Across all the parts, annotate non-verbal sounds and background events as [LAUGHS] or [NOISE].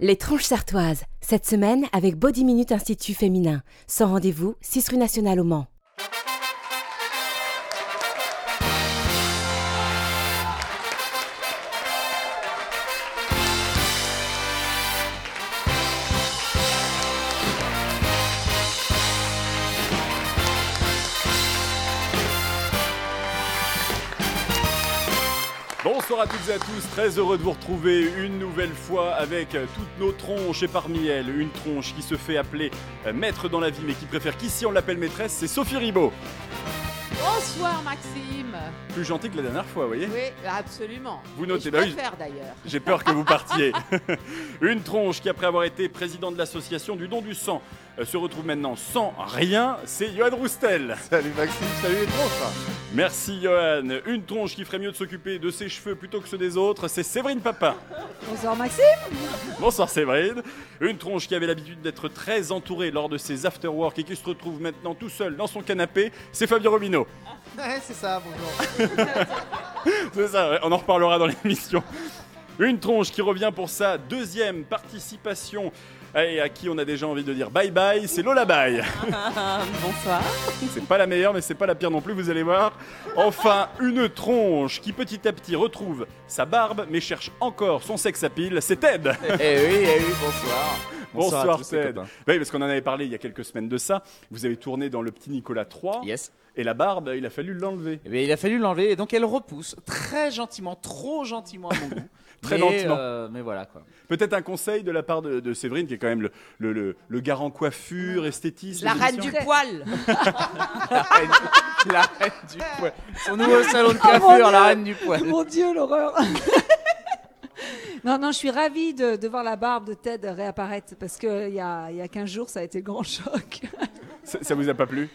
Les tranches sartoises, cette semaine avec Body Minute Institut Féminin. Sans rendez-vous, 6 rue Nationale au Mans. Bonsoir à toutes et à tous, très heureux de vous retrouver une nouvelle fois avec toutes nos tronches et parmi elles une tronche qui se fait appeler euh, maître dans la vie mais qui préfère qu'ici on l'appelle maîtresse, c'est Sophie Ribaud. Bonsoir Maxime. Plus gentille que la dernière fois, vous voyez Oui, absolument. Vous notez, Et je bah oui. préfère d'ailleurs. J'ai peur que vous partiez. [LAUGHS] Une tronche qui après avoir été président de l'association du don du sang euh, se retrouve maintenant sans rien, c'est Johan Roustel. Salut Maxime, salut les tronches Merci Johan. Une tronche qui ferait mieux de s'occuper de ses cheveux plutôt que ceux des autres, c'est Séverine Papin. Bonsoir Maxime. Bonsoir Séverine. Une tronche qui avait l'habitude d'être très entourée lors de ses after-work et qui se retrouve maintenant tout seul dans son canapé, c'est Fabien Robineau. Ouais, c'est ça, bonjour. C'est ça, ouais, on en reparlera dans l'émission. Une tronche qui revient pour sa deuxième participation et à qui on a déjà envie de dire bye bye, c'est Lola Bye. Bonsoir. C'est pas la meilleure, mais c'est pas la pire non plus, vous allez voir. Enfin, une tronche qui petit à petit retrouve sa barbe, mais cherche encore son sexe à pile, c'est Ted. Eh oui, eh oui, bonsoir. Bonsoir, à tous, les Ted. copains. Oui, parce qu'on en avait parlé il y a quelques semaines de ça. Vous avez tourné dans Le Petit Nicolas 3 Yes. et la barbe, il a fallu l'enlever. Eh bien, il a fallu l'enlever et donc elle repousse très gentiment, trop gentiment à mon [LAUGHS] goût. Très Mais, lentement. euh, mais voilà quoi. Peut-être un conseil de la part de, de Séverine, qui est quand même le, le, le- le garant coiffure, esthétisme. La de reine du l'émission. poil. La reine, [LAUGHS] la reine du poil. Son nouveau salon de coiffure, la reine du poil. Mon Dieu, l'horreur [LAUGHS] Non, non, je suis ravie de, de voir la barbe de Ted réapparaître parce qu'il y a, il y a 15 jours, ça a été le grand choc. [LAUGHS] Ça, ça vous a pas plu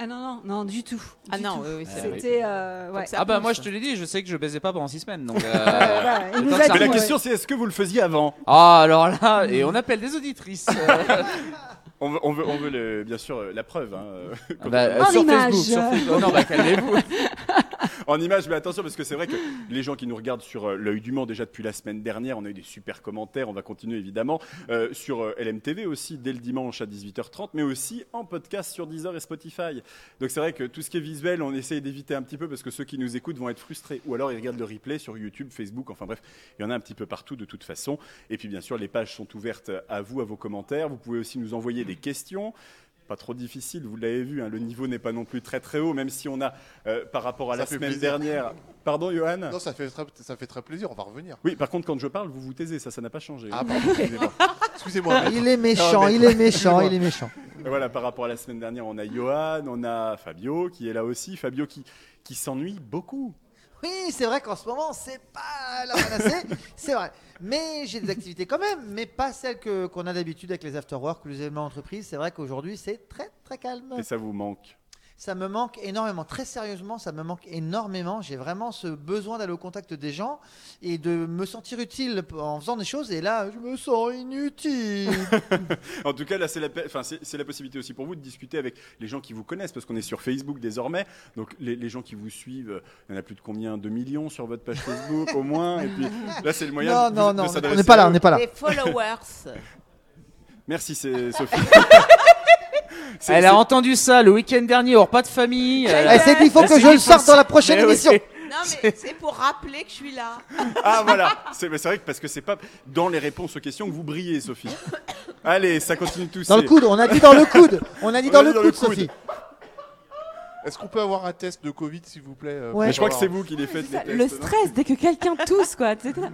Ah non, non, non, du tout. Ah du non, tout. oui, oui, c'est Ah oui. C'était. euh, ouais. ça Ah bah pousse. moi je te l'ai dit, je sais que je baisais pas pendant 6 semaines donc. euh, ouais, il le nous temps a euh, que ça Mais la ouais. repousse. question, c'est est-ce que vous le faisiez avant Ah alors là, et on appelle des auditrices. [LAUGHS] euh, on veut, on veut, on veut le- bien sûr euh, la preuve. hein, euh, Ah bah, euh, En sur image. Facebook, sur Facebook. Oh non, bah [LAUGHS] calmez-vous. en image, mais attention, parce que c'est vrai que les gens qui nous regardent sur euh, l'œil du Mans déjà depuis la semaine dernière, on a eu des super commentaires, on va continuer évidemment, euh, sur euh, LMTV aussi, dès le dimanche à 18h30, mais aussi en podcast sur Deezer et Spotify. Donc c'est vrai que tout ce qui est visuel, on essaye d'éviter un petit peu parce que ceux qui nous écoutent vont être frustrés, ou alors ils regardent le replay sur YouTube, Facebook, enfin bref, il y en a un petit peu partout de toute façon. Et puis bien sûr, les pages sont ouvertes à vous, à vos commentaires, vous pouvez aussi nous envoyer des questions. Pas trop difficile, vous l'avez vu, hein, le niveau n'est pas non plus très très haut, même si on a, euh, par rapport à Ça la fait semaine plaisir. dernière, Pardon, Johan [LAUGHS] Non, ça fait, très, ça fait très plaisir, on va revenir. Oui, par contre, quand je parle, vous vous taisez, ça, ça n'a pas changé. Ah, pardon, excusez-moi. Excusez-moi. maître. [LAUGHS] Il est méchant, Non, mais- il est méchant, Excusez-moi. il est méchant. Et Voilà, par rapport à la semaine dernière, on a Johan, on a Fabio qui est là aussi, Fabio qui, qui s'ennuie beaucoup. Oui, c'est vrai qu'en ce moment, c'est pas la panacée, c'est vrai. Mais j'ai des activités quand même, mais pas celles que- qu'on a d'habitude avec les afterwork ou les événements entreprises. C'est vrai qu'aujourd'hui, c'est très très calme. Et ça vous manque. Ça me manque énormément, très sérieusement, ça me manque énormément. J'ai vraiment ce besoin d'aller au contact des gens et de me sentir utile en faisant des choses. Et là, je me sens inutile. En tout cas, là, c'est la, pe- enfin, c'est c'est la possibilité aussi pour vous de discuter avec les gens qui vous connaissent, parce qu'on est sur Facebook désormais. Donc, les, les gens qui vous suivent, euh, il y en a plus de combien 2 millions sur votre page Facebook, au moins. Et puis, là, c'est le moyen non, de, non, de non, on s'adresser n'est pas à là, on eux. n'est pas là. Les followers. Merci, c'est Sophie. [LAUGHS] C'est- Elle c'est- a entendu ça le week-end dernier au repas de famille. Euh, Elle [LAUGHS] a- Elle s'est dit, il Eh, faut Elle que s'est je dit, le faut sorte dans la prochaine Mais oui. émission. Non mais c'est pour rappeler que je suis là. Ah voilà, c'est mais c'est vrai que parce que c'est pas dans les réponses aux questions que vous brillez, Sophie. Allez, ça continue tous. Dans le coude, on a dit dans le coude. On a dit On dans, a le, dit dans le coude, coude. Sophie. Est-ce qu'on peut avoir un test de Covid, s'il vous plaît euh, Ouais. Mais pour je crois que c'est savoir vous qui les faites les Ça, tests. le non stress dès que [LAUGHS] quelqu'un tousse quoi. tu sais, t'es là.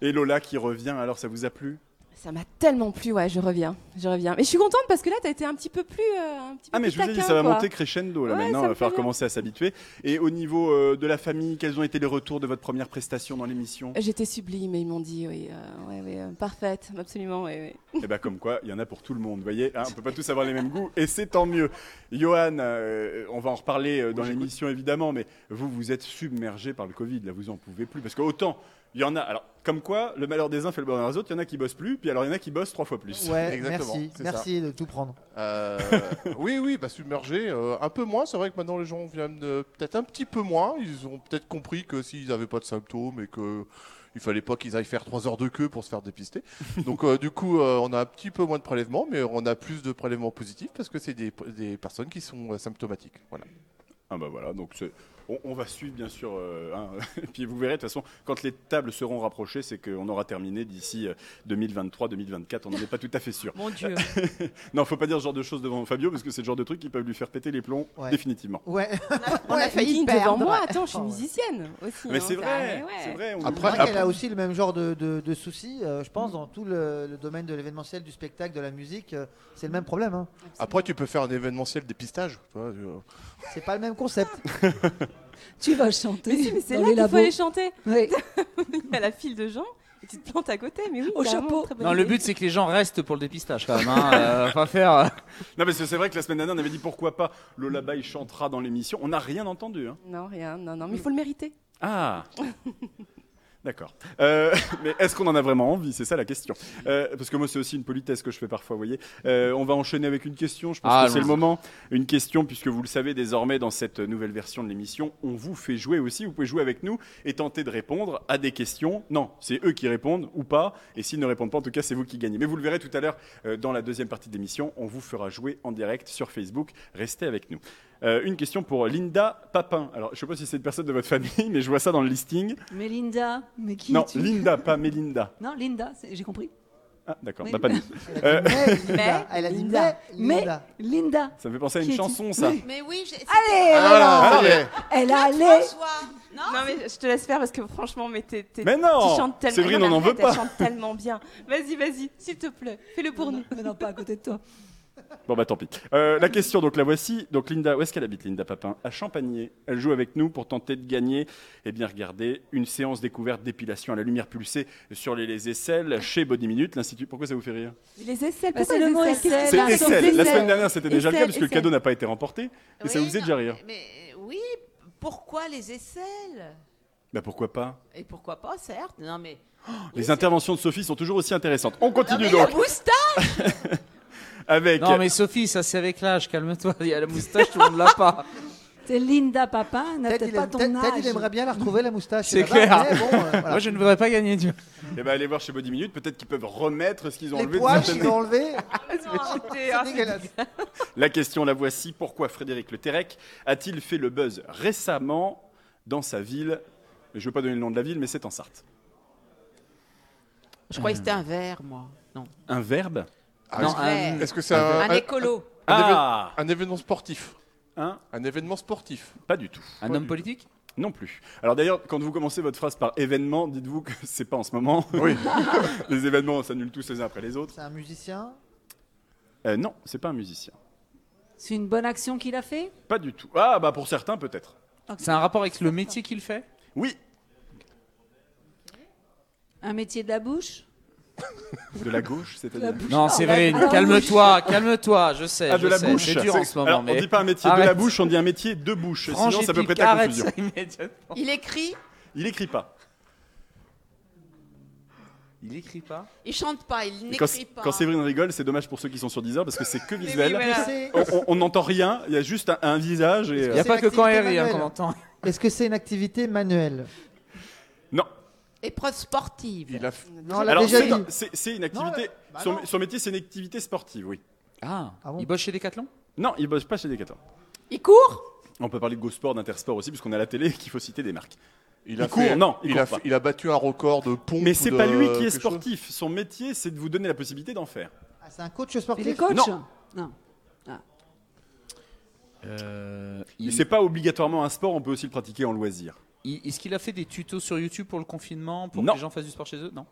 Et Lola qui revient, alors ça vous a plu Ah, Ça m'a tellement plu, ouais, je reviens, je reviens. Mais je suis contente parce que là, t'as été un petit peu plus, euh, un petit peu Ah mais plus je vous ai dit, taquin, ça va quoi. monter crescendo là Ouais, maintenant, ça il va me falloir convient. commencer à s'habituer. Et au niveau euh, de la famille, quels ont été les retours de votre première prestation dans l'émission J'étais sublime et ils m'ont dit oui, euh, ouais, ouais, euh, parfaite, absolument. ouais, ouais. Eh ben comme quoi, il y en a pour tout le monde, vous voyez, hein, on peut pas tous avoir les mêmes goûts, et c'est tant mieux. Johan, euh, on va en reparler euh, dans l'émission évidemment, mais vous, vous êtes submergé par le Covid, là vous en pouvez plus, parce que autant, il y en a, alors comme quoi, le malheur des uns fait le bonheur des autres, il y en a qui bossent plus, puis alors il y en a qui bossent trois fois plus. Ouais, Exactement, merci, c'est ça. merci de tout prendre. Euh, oui, oui, bah, submergé. euh, un peu moins, c'est vrai que maintenant les gens viennent de- peut-être un petit peu moins. Ils ont peut-être compris que s'ils n'avaient pas de symptômes et que Il fallait pas qu'ils aillent faire trois heures de queue pour se faire [LAUGHS] dépister. Donc euh, du coup, euh, on a un petit peu moins de prélèvements, mais on a plus de prélèvements positifs parce que c'est des, des personnes qui sont euh, symptomatiques. Voilà. Ah bah voilà, donc c'est- on, on va suivre bien sûr. euh, hein. [LAUGHS] Et Puis vous verrez, de toute façon, quand les tables seront rapprochées, c'est qu'on aura terminé d'ici euh, 2023-2024. On n'en est pas tout à fait sûr. Mon Dieu. Non, faut pas dire ce genre de choses devant Fabio parce que c'est le genre de trucs qui peuvent lui faire péter les plombs Ouais. définitivement. Ouais. On a failli failli perdre. devant moi. Attends, je suis Oh, ouais. musicienne aussi. Mais hein, c'est ça, vrai, mais ouais. c'est vrai. on- Après- C'est vrai qu'elle a aussi le même genre de, de- de soucis, euh, je pense, dans tout le, le domaine de l'événementiel, du spectacle, de la musique. euh, c'est le même problème. hein. Après, tu peux faire un événementiel dépistage. tu vois, euh, C'est pas le même concept. Tu vas chanter. Mais si, mais c'est dans là les qu'il faut labos. aller chanter. [LAUGHS] Oui. Il y a la file de gens et tu te plantes à côté. Mais oui, Au t'as vraiment chapeau. très bonne Non, le idée. but c'est que les gens restent pour le dépistage quand même. Hein. Euh, faut faire. Non, mais c'est c'est vrai que la semaine dernière, on avait dit pourquoi pas Lola Bay chantera dans l'émission. On n'a rien entendu. hein. Non, Oh, rien. Non, non, mais il faut le mériter. Ah [LAUGHS] D'accord. Euh, mais est-ce qu'on en a vraiment envie C'est ça la question. Euh, parce que moi, c'est aussi une politesse que je fais parfois, vous voyez. Euh, on va enchaîner avec une question. Je pense Ah, que c'est le allons-y. moment. Une question, puisque vous le savez désormais, dans cette nouvelle version de l'émission, on vous fait jouer aussi. Vous pouvez jouer avec nous et tenter de répondre à des questions. Non, c'est eux qui répondent ou pas. Et s'ils ne répondent pas, en tout cas, c'est vous qui gagnez. Mais vous le verrez tout à l'heure euh, dans la deuxième partie de l'émission. On vous fera jouer en direct sur Facebook. Restez avec nous. Euh, une question pour Linda Papin. Alors, je ne sais pas si c'est une personne de votre famille, mais je vois ça dans le listing. Melinda. Mais qui Non, tu- Linda, pas Melinda. Non, Linda, c'est- j'ai compris. Ah, d'accord, Oui. bah, pas nous. Elle a dit mais, Linda. Elle a dit Linda. mais, Mais Linda. Linda. Ça me fait penser à Qui une es-tu chanson, ça. Oui. Mais oui, j'ai- c'est Allez, Ah, voilà, ça y est. elle allait. François. Non, Non, mais je te laisse faire parce que franchement, mais t'es. t'es- Mais Tu non chantes tellement Séverine, on mais n'en veut arrête, pas. Elle chante tellement bien. Vas-y, vas-y, s'il te plaît, fais-le pour nous. Mais non, pas à côté de toi. Bon, bah tant pis. Euh, la question, donc la voici. Donc Linda, où est-ce qu'elle habite, Linda Papin À Champagné. Elle joue avec nous pour tenter de gagner, eh bien regardez, une séance découverte d'épilation à la lumière pulsée sur les, les aisselles chez Body Minute, l'Institut. Pourquoi ça vous fait rire Les aisselles, Bah, pourquoi c'est le les mot aisselles aisselle. C'est la Qu'est-ce que aisselles. aisselle. La semaine dernière, c'était déjà le cas, Aisselles, puisque le aisselles. cadeau n'a pas été remporté. Et ça Oui, vous faisait non, déjà rire. Mais oui, pourquoi les aisselles Bah pourquoi pas Et pourquoi pas, certes. Non, mais. Oui, Les c'est- interventions de Sophie sont toujours aussi intéressantes. On Non, continue mais la donc moustache [LAUGHS] avec. Non, mais Sophie, ça c'est avec l'âge. Calme-toi. Il y a la moustache, tout le monde l'a [LAUGHS] pas. C'est Linda Papin, n'a peut-être Ted, il pas aime- ton Ted- Ted, âge. il aimerait bien la retrouver, la moustache. C'est là-bas, clair. mais bon, euh, voilà. Moi, je ne voudrais pas gagner du. Eh ben, allez voir chez Body Minute, peut-être qu'ils peuvent remettre ce qu'ils ont Les enlevé. de poils certaines- qu'ils ont enlevés, [LAUGHS] Ah, c'est dégueulasse. La question, la voici. Pourquoi Frédéric Le Terec a-t-il fait le buzz récemment dans sa ville Je ne veux pas donner le nom de la ville, mais c'est en Sarthe. Je croyais que c'était un verre, moi. Non. Un verbe Ah, Non, est-ce- un- Est-ce que c'est un, un un- écolo. un éve- Ah un événement sportif Hein Un événement sportif. Pas du tout. Un homme politique Non plus. Alors d'ailleurs, quand vous commencez votre phrase par événement, dites-vous que [LAUGHS] c'est pas en ce moment. Oui. [LAUGHS] les événements s'annulent tous les uns après les autres. C'est un musicien. Euh, non, c'est pas un musicien. C'est une bonne action qu'il a fait Pas du tout. Ah bah pour certains peut-être. C'est un rapport avec le métier qu'il fait Oui, Un métier de la bouche de la gauche, c'est-à-dire. Non, Séverine, la- la calme-toi, calme-toi. Je sais. Ah, de je la sais, bouche. C'est dur en C'est- ce moment. Alors, mais... On dit pas un métier de la Arrête. bouche, on dit un métier de bouche. Sinon, ça peut Frangipique, prêter à arrête confusion. ça immédiatement. Il écrit, Il écrit pas. Il écrit pas. il chante pas, il Et Quand, n'écrit pas. quand Séverine rigole, c'est dommage pour ceux qui sont sur Deezer parce que c'est que visuel. Est-ce que c'est- On- on- On n'entend rien, il y a juste un, un visage et. Il euh, n'y a C'est pas que quand elle l'activité rit hein, qu'on manuelle. entend. Est-ce que c'est une activité manuelle euh, Non. Épreuve sportive. Il a f- Non, on l'a Alors, déjà c'est, dit. dans- c'est- c'est une activité. Non, bah son, non. son métier, c'est une activité sportive, oui. Ah, Ah bon il bosse chez Decathlon Non, il bosse pas chez Decathlon. Il court On peut parler de GoSport, d'Intersport aussi, parce qu'on a la télé [LAUGHS] et qu'il faut citer des marques. il a Il court, fait- non, il il a court pas. fait- il a battu un record de pompe. Mais ou c'est de- pas lui qui est quelque chose. sportif. Son métier, c'est de vous donner la possibilité d'en faire. Ah, c'est un coach Il est sportif. coach Non. Non. Euh, Mais c'est pas obligatoirement un sport, on peut aussi le pratiquer en loisir. Il- Est-ce qu'il a fait des tutos sur YouTube pour le confinement, pour Non. que les gens fassent du sport chez eux Non.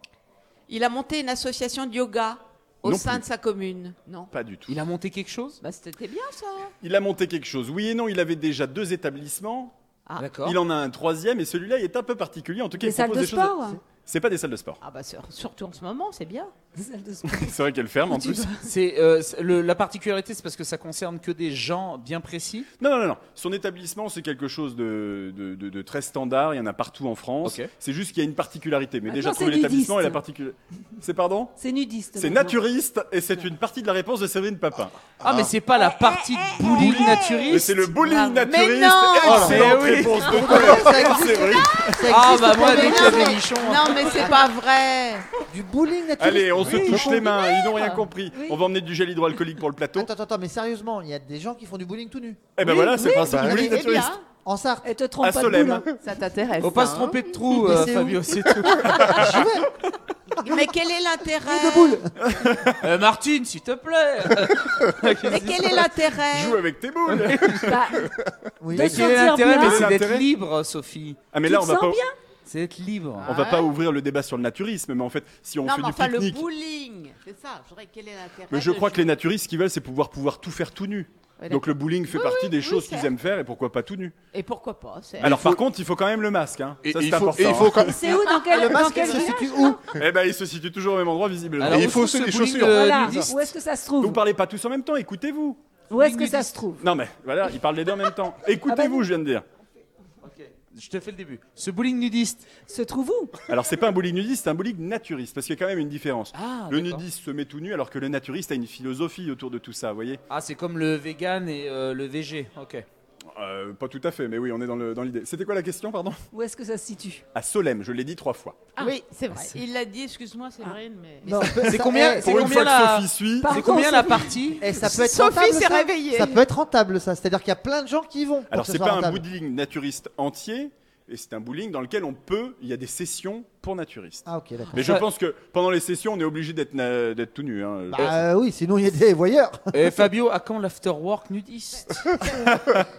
Il a monté une association de yoga au Non sein plus. de sa commune. Non. Pas du tout. Il a monté quelque chose Bah, c'était bien ça. Il a monté quelque chose. Oui et non, il avait déjà deux établissements. Ah. D'accord. Il en a un troisième et celui-là il est un peu particulier. En tout cas, Des il salles propose de des choses. sport C'est pas des salles de sport. Ah bah sur- surtout en ce moment, c'est bien. salle de sport. [LAUGHS] C'est vrai qu'elle ferme en plus. C'est euh, c'est- le- la particularité, c'est parce que ça concerne que des gens bien précis. Non, non, non, non. Son établissement, c'est quelque chose de, de, de- de très standard. Il y en a partout en France. Ok. C'est juste qu'il y a une particularité. Mais Attends, déjà, c'est trouver l'établissement et la nudiste. particularité. C'est pardon C'est nudiste. C'est maintenant. naturiste et c'est une partie de la réponse de Séverine Papin. Ah, mais c'est pas la Eh, partie de bowling naturiste. Ah, Mais c'est le Ah, bowling naturiste. Mais non Excellente Mais oui. réponse de Paul. Séverine. Ah bah moi, Mais dès que non, j'avais mais- Michon. Non, mais c'est pas vrai. Du bowling naturel. Allez, on se Oui, touche on les comprend. mains. Ils n'ont rien compris. On va emmener du gel hydroalcoolique pour le plateau. Attends, attends, attends, mais sérieusement, il y a des gens qui font du bowling tout nu. Eh ben voilà, c'est le principe bah du oui. bowling Eh naturiste. bien, hein, En Sarthe. Et te trompe À pas de boule. Solem. hein. Ça t'intéresse. Faut pas ça, se hein tromper de trou, Mais euh, c'est Fabio, c'est [LAUGHS] tout. [LAUGHS] mais quel est l'intérêt Euh, Martine, s'il te [LAUGHS] plaît. Mais quel est l'intérêt Joue avec tes boules. Bah, Oui. Mais Mais se quel est sentir l'intérêt Mais bien. Quel est c'est d'être l'intérêt libre, Sophie. Ah mais là, Tu on te va sens pas. C'est d'être libre. On va pas ouvrir le débat sur le naturisme, mais en fait, si on Non, fait mais du enfin, le pique-nique, bowling. C'est ça, je dirais quel est l'intérêt mais je de crois que les jouer- naturistes, ce qu'ils veulent, c'est pouvoir pouvoir tout faire tout nu. Ouais, Donc le bowling fait partie des choses qu'ils certes. aiment faire et pourquoi pas tout nu. Et pourquoi pas c'est- Alors faut- par contre, il faut quand même le masque. Hein. Et, Ça et c'est il faut, important. et il faut quand- C'est où Ah, dans quel, dans quel se village situe où Eh ben, il se situe toujours au même endroit visiblement. Alors, Et il où faut se trouve aussi ce bowling, les chaussures. euh, Voilà. nudiste Où est-ce que ça se Vous trouve parlez pas tous en même temps. Écoutez-vous. Où est-ce que ça se trouve Non mais voilà, ils parlent les deux en même temps. Ah bah Écoutez-vous, oui. je viens de dire. Je te fais le début. Ce bowling nudiste. Se trouve où Alors c'est pas un bowling nudiste, c'est un bowling naturiste parce qu'il y a quand même une différence. Ah, le d'accord. nudiste se met tout nu alors que le naturiste a une philosophie autour de tout ça, vous voyez Ah, c'est comme le vegan et euh, le VG. Ok. Euh, Pas tout à fait, mais oui, on est dans le- dans l'idée. C'était quoi la question, pardon Où est-ce que ça se situe À Solem, je l'ai dit trois fois. Oui, Ah, bah, c'est vrai. c'est- Il l'a dit, excuse-moi, Séverine, mais. Non, on peut- C'est ça- combien eh, C'est Pour une combien fois la que Sophie suit, Par C'est contre, combien la Sophie- [LAUGHS] partie eh, ça peut être Sophie rentable, s'est ça réveillée. Ça peut être rentable, ça. C'est-à-dire qu'il y a plein de gens qui y vont. pour Alors que ce c'est soit pas un rentable. bowling naturiste entier, et c'est un bowling dans lequel on peut, il y a des sessions pour naturistes. Ah, ok, d'accord. Mais je Ouais. pense que pendant les sessions, on est obligé d'être na- d'être tout nu. hein. Bah euh, oui, sinon il y a des voyeurs. [LAUGHS] Eh, Fabio, à quand l'afterwork nudiste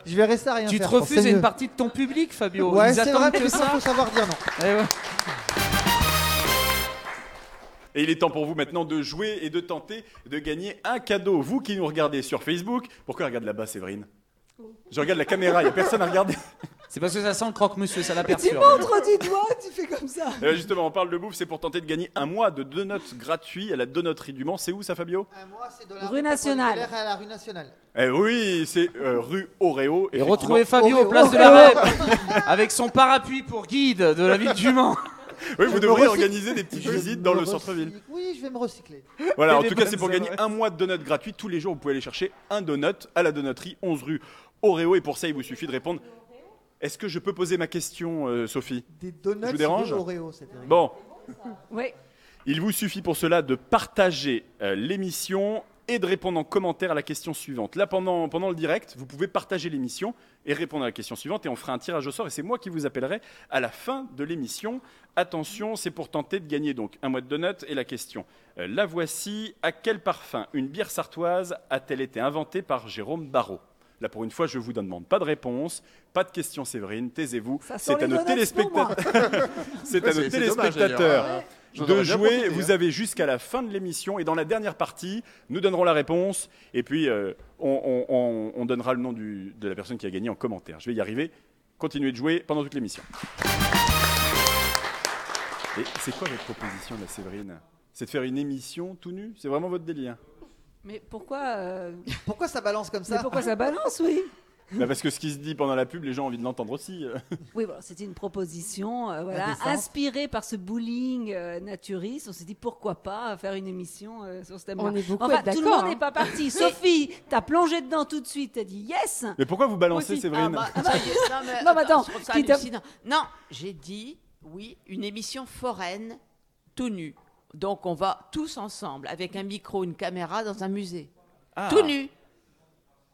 Je vais rester à rien Tu te faire, je pense, refuses c'est à une mieux. partie de ton public, Fabio. Ouais, Ils c'est attendent vrai, que mais ça, ça. faut savoir dire non. Eh ouais. Et il est temps pour vous maintenant de jouer et de tenter de gagner un cadeau. Vous qui nous regardez sur Facebook, pourquoi regarde là-bas, Séverine Je regarde la caméra, il n'y a personne à [LAUGHS] regarder. C'est parce que ça sent le croque-monsieur, ça la Tu perturbe. montres du doigt, tu fais comme ça. Euh, justement, on parle de bouffe, c'est pour tenter de gagner un mois de donuts gratuits à la donoterie du Mans. C'est où ça, Fabio Euh, Moi, c'est de Rue rue nationale. À populaire la rue nationale. Eh oui, c'est euh, rue Oreo. Et effectivement. retrouver Fabio aux places de la Reine avec son parapluie pour guide de la ville du [LAUGHS] Mans. Oui, vous devrez recycle. organiser des [LAUGHS] petites visites dans le centre-ville. Oui, je vais me recycler. Voilà, en Et tout les cas, c'est pour bonnes gagner adresses. un mois de donuts gratuits. Tous les jours, vous pouvez aller chercher un donut à la donuterie 11 rue Oreo. Et pour ça, il vous suffit de répondre. Est-ce que je peux poser ma question, euh, Sophie Des donuts Je vous dérange rue Oreo, c'est terrible. Bon, Oui. il vous suffit pour cela de partager euh, l'émission et de répondre en commentaire à la question suivante. Là, pendant, pendant le direct, vous pouvez partager l'émission et répondre à la question suivante. Et on fera un tirage au sort. Et c'est moi qui vous appellerai à la fin de l'émission. Attention, c'est pour tenter de gagner donc un mois de donuts. Et la question, euh, la voici. À quel parfum une bière sartoise a-t-elle été inventée par Jérôme Barrault Là, pour une fois, je vous demande pas de réponse, pas de question, Séverine. Taisez-vous. Ça sent C'est à les nos donuts pour moi. téléspectateurs. C'est à nos Ouais, c'est- c'est dommage, téléspectateurs d'ailleurs. J'en de aurais bien jouer. profité, vous hein. avez jusqu'à la fin de l'émission et dans la dernière partie, nous donnerons la réponse et puis euh, on, on- on- on donnera le nom du- de la personne qui a gagné en commentaire. Je vais y arriver. Continuez de jouer pendant toute l'émission. Et c'est quoi votre proposition, la Séverine C'est de faire une émission tout nu C'est vraiment votre délire Mais pourquoi euh, Pourquoi ça balance comme mais ça pourquoi ça balance, oui Bah Parce que ce qui se dit pendant la pub, les gens ont envie de l'entendre aussi. Oui, voilà, c'était une proposition euh, voilà, Indécente. inspirée par ce bowling euh, naturiste. On s'est dit pourquoi pas faire une émission euh, sur ce thème. On est beaucoup à enfin, être tout le d'accord, monde n'est hein. pas parti. Sophie, t'as plongé dedans tout de suite. T'as dit yes. Mais pourquoi vous balancez, Ah Séverine bah, ça y est, non, mais, Non, mais attends, je trouve ça qui t'a- hallucinant. Non, j'ai dit, oui, une émission foraine, tout nu. Donc on va tous ensemble, avec un micro, une caméra, dans un musée. Ah. Tout nu,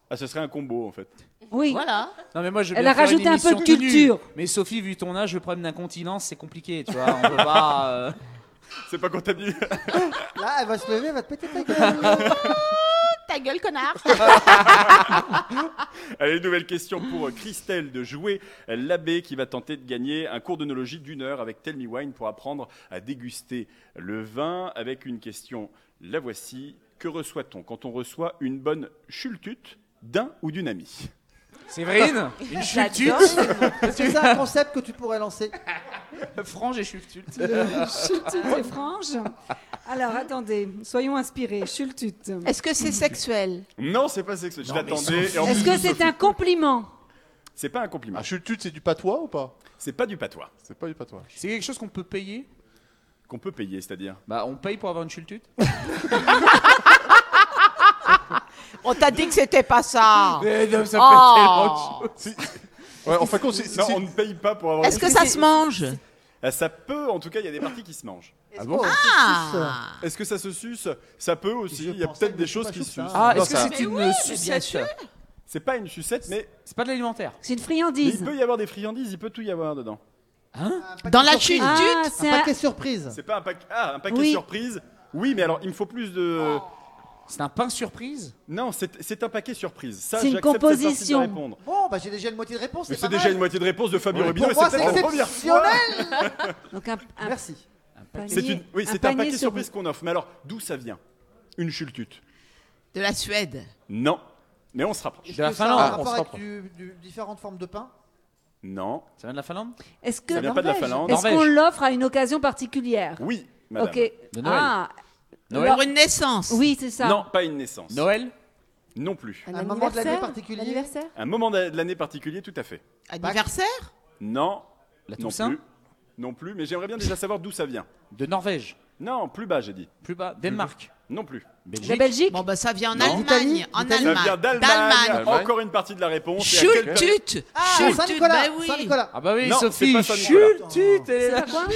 Ah, ce serait un combo en fait. Oui. voilà. Non mais moi je veux Elle bien a faire une rajouté un peu de émission tout nue. culture. Mais Sophie, vu ton âge, le problème d'incontinence, c'est compliqué, tu vois. On peut pas. euh, C'est pas comptable. Là, elle va se lever, elle va te péter [LAUGHS] ta gueule. Ta gueule, connard Allez, une nouvelle question pour euh, Christelle de Jouer, euh, l'abbé qui va tenter de gagner un cours d'onologie d'une heure avec Tell Me Wine pour apprendre à déguster le vin avec une question, la voici, que reçoit-on quand on reçoit une bonne chultute d'un ou d'une amie [LAUGHS] Séverine, une chutute. Est-ce que c'est un Ah concept que tu pourrais lancer euh, Frange et chutute. Le chute des franges. Alors attendez, soyons inspirés. Chultut. Est-ce que c'est sexuel Non, c'est pas sexuel. Je Non, mais l'attendais. sans- et en Est-ce plus, que je c'est saute. un compliment C'est pas un compliment. Un chultut, Ah, c'est du patois ou pas C'est pas du patois C'est pas du patois. C'est quelque chose qu'on peut payer qu'on peut payer, c'est-à-dire. Bah, on paye pour avoir une chultute On t'a dit que c'était pas ça. Mais non, ça Oh. Ouais, en fin de compte, c'est- Non, c'est- on ne paye pas pour avoir. Est-ce que ça se mange Ah, Ça peut, en tout cas, il y a des parties qui se mangent. Est-ce bon qu'on se Ah. Est-ce que ça se suce Ça peut aussi. Je Il y a pensais peut-être que des je choses suis qui pas se sûr, sucent. ça. Ah, Non, est-ce que ça- c'est une sucette sûr. C'est pas une sucette, mais C'est pas de l'alimentaire. C'est une mais il friandise. peut y avoir des friandises. Il peut tout y avoir dedans. Hein Un paquet Dans la surprise. chute. Ah, Un c'est un- paquet surprise. C'est pas un paquet. Ah, un paquet Oui. surprise. Oui, mais alors il me faut plus de. C'est un pain surprise Non, c'est c'est un paquet surprise. Ça, C'est une j'accepte cette partie de composition. répondre. Bon, bah j'ai déjà une moitié de réponse. Mais C'est c'est pas déjà mal. une moitié de réponse de Fabien Ouais. Robinon. Pour et moi, c'est c'est peut-être la première fois. exceptionnel. Donc un, un Merci. panier- C'est une- oui, c'est un panier paquet sur- surprise qu'on offre. Mais alors, d'où ça vient Une chultute De la Suède. Non. Mais on se rapproche. De la Est-ce que ça a Finlande, un on rapport se avec rapproche. du- du- différentes formes de pain. Non. Ça vient de la Finlande Est-ce que Ça vient pas de la Finlande. Est-ce qu'on Norvège. l'offre à une occasion particulière Oui, madame. Ok. De Noël. Ah, Noël. Alors- Pour une naissance. oui, c'est ça. Non, pas une naissance. Noël Non plus. Un moment de l'année particulier Anniversaire Un moment d'a- de l'année particulier, tout à fait. Anniversaire Non. La non Toussaint plus. Non plus, mais j'aimerais bien déjà savoir d'où ça vient. De Norvège Non, plus bas, j'ai dit. Plus bas Danemark Non plus. La Belgique Bon, bah ça vient en Non. Allemagne. En D'Italie. Ça vient Allemagne. d'Allemagne. D'Allemagne. Encore une partie de la réponse. et à quel point- Chultute. Ah, Chultute, Saint-Nicolas. bah oui. Saint-Nicolas. Euh, Ah bah oui, Non, Sophie, c'est pas ça, Nicolas. chultute, elle est là. Mais Saint non,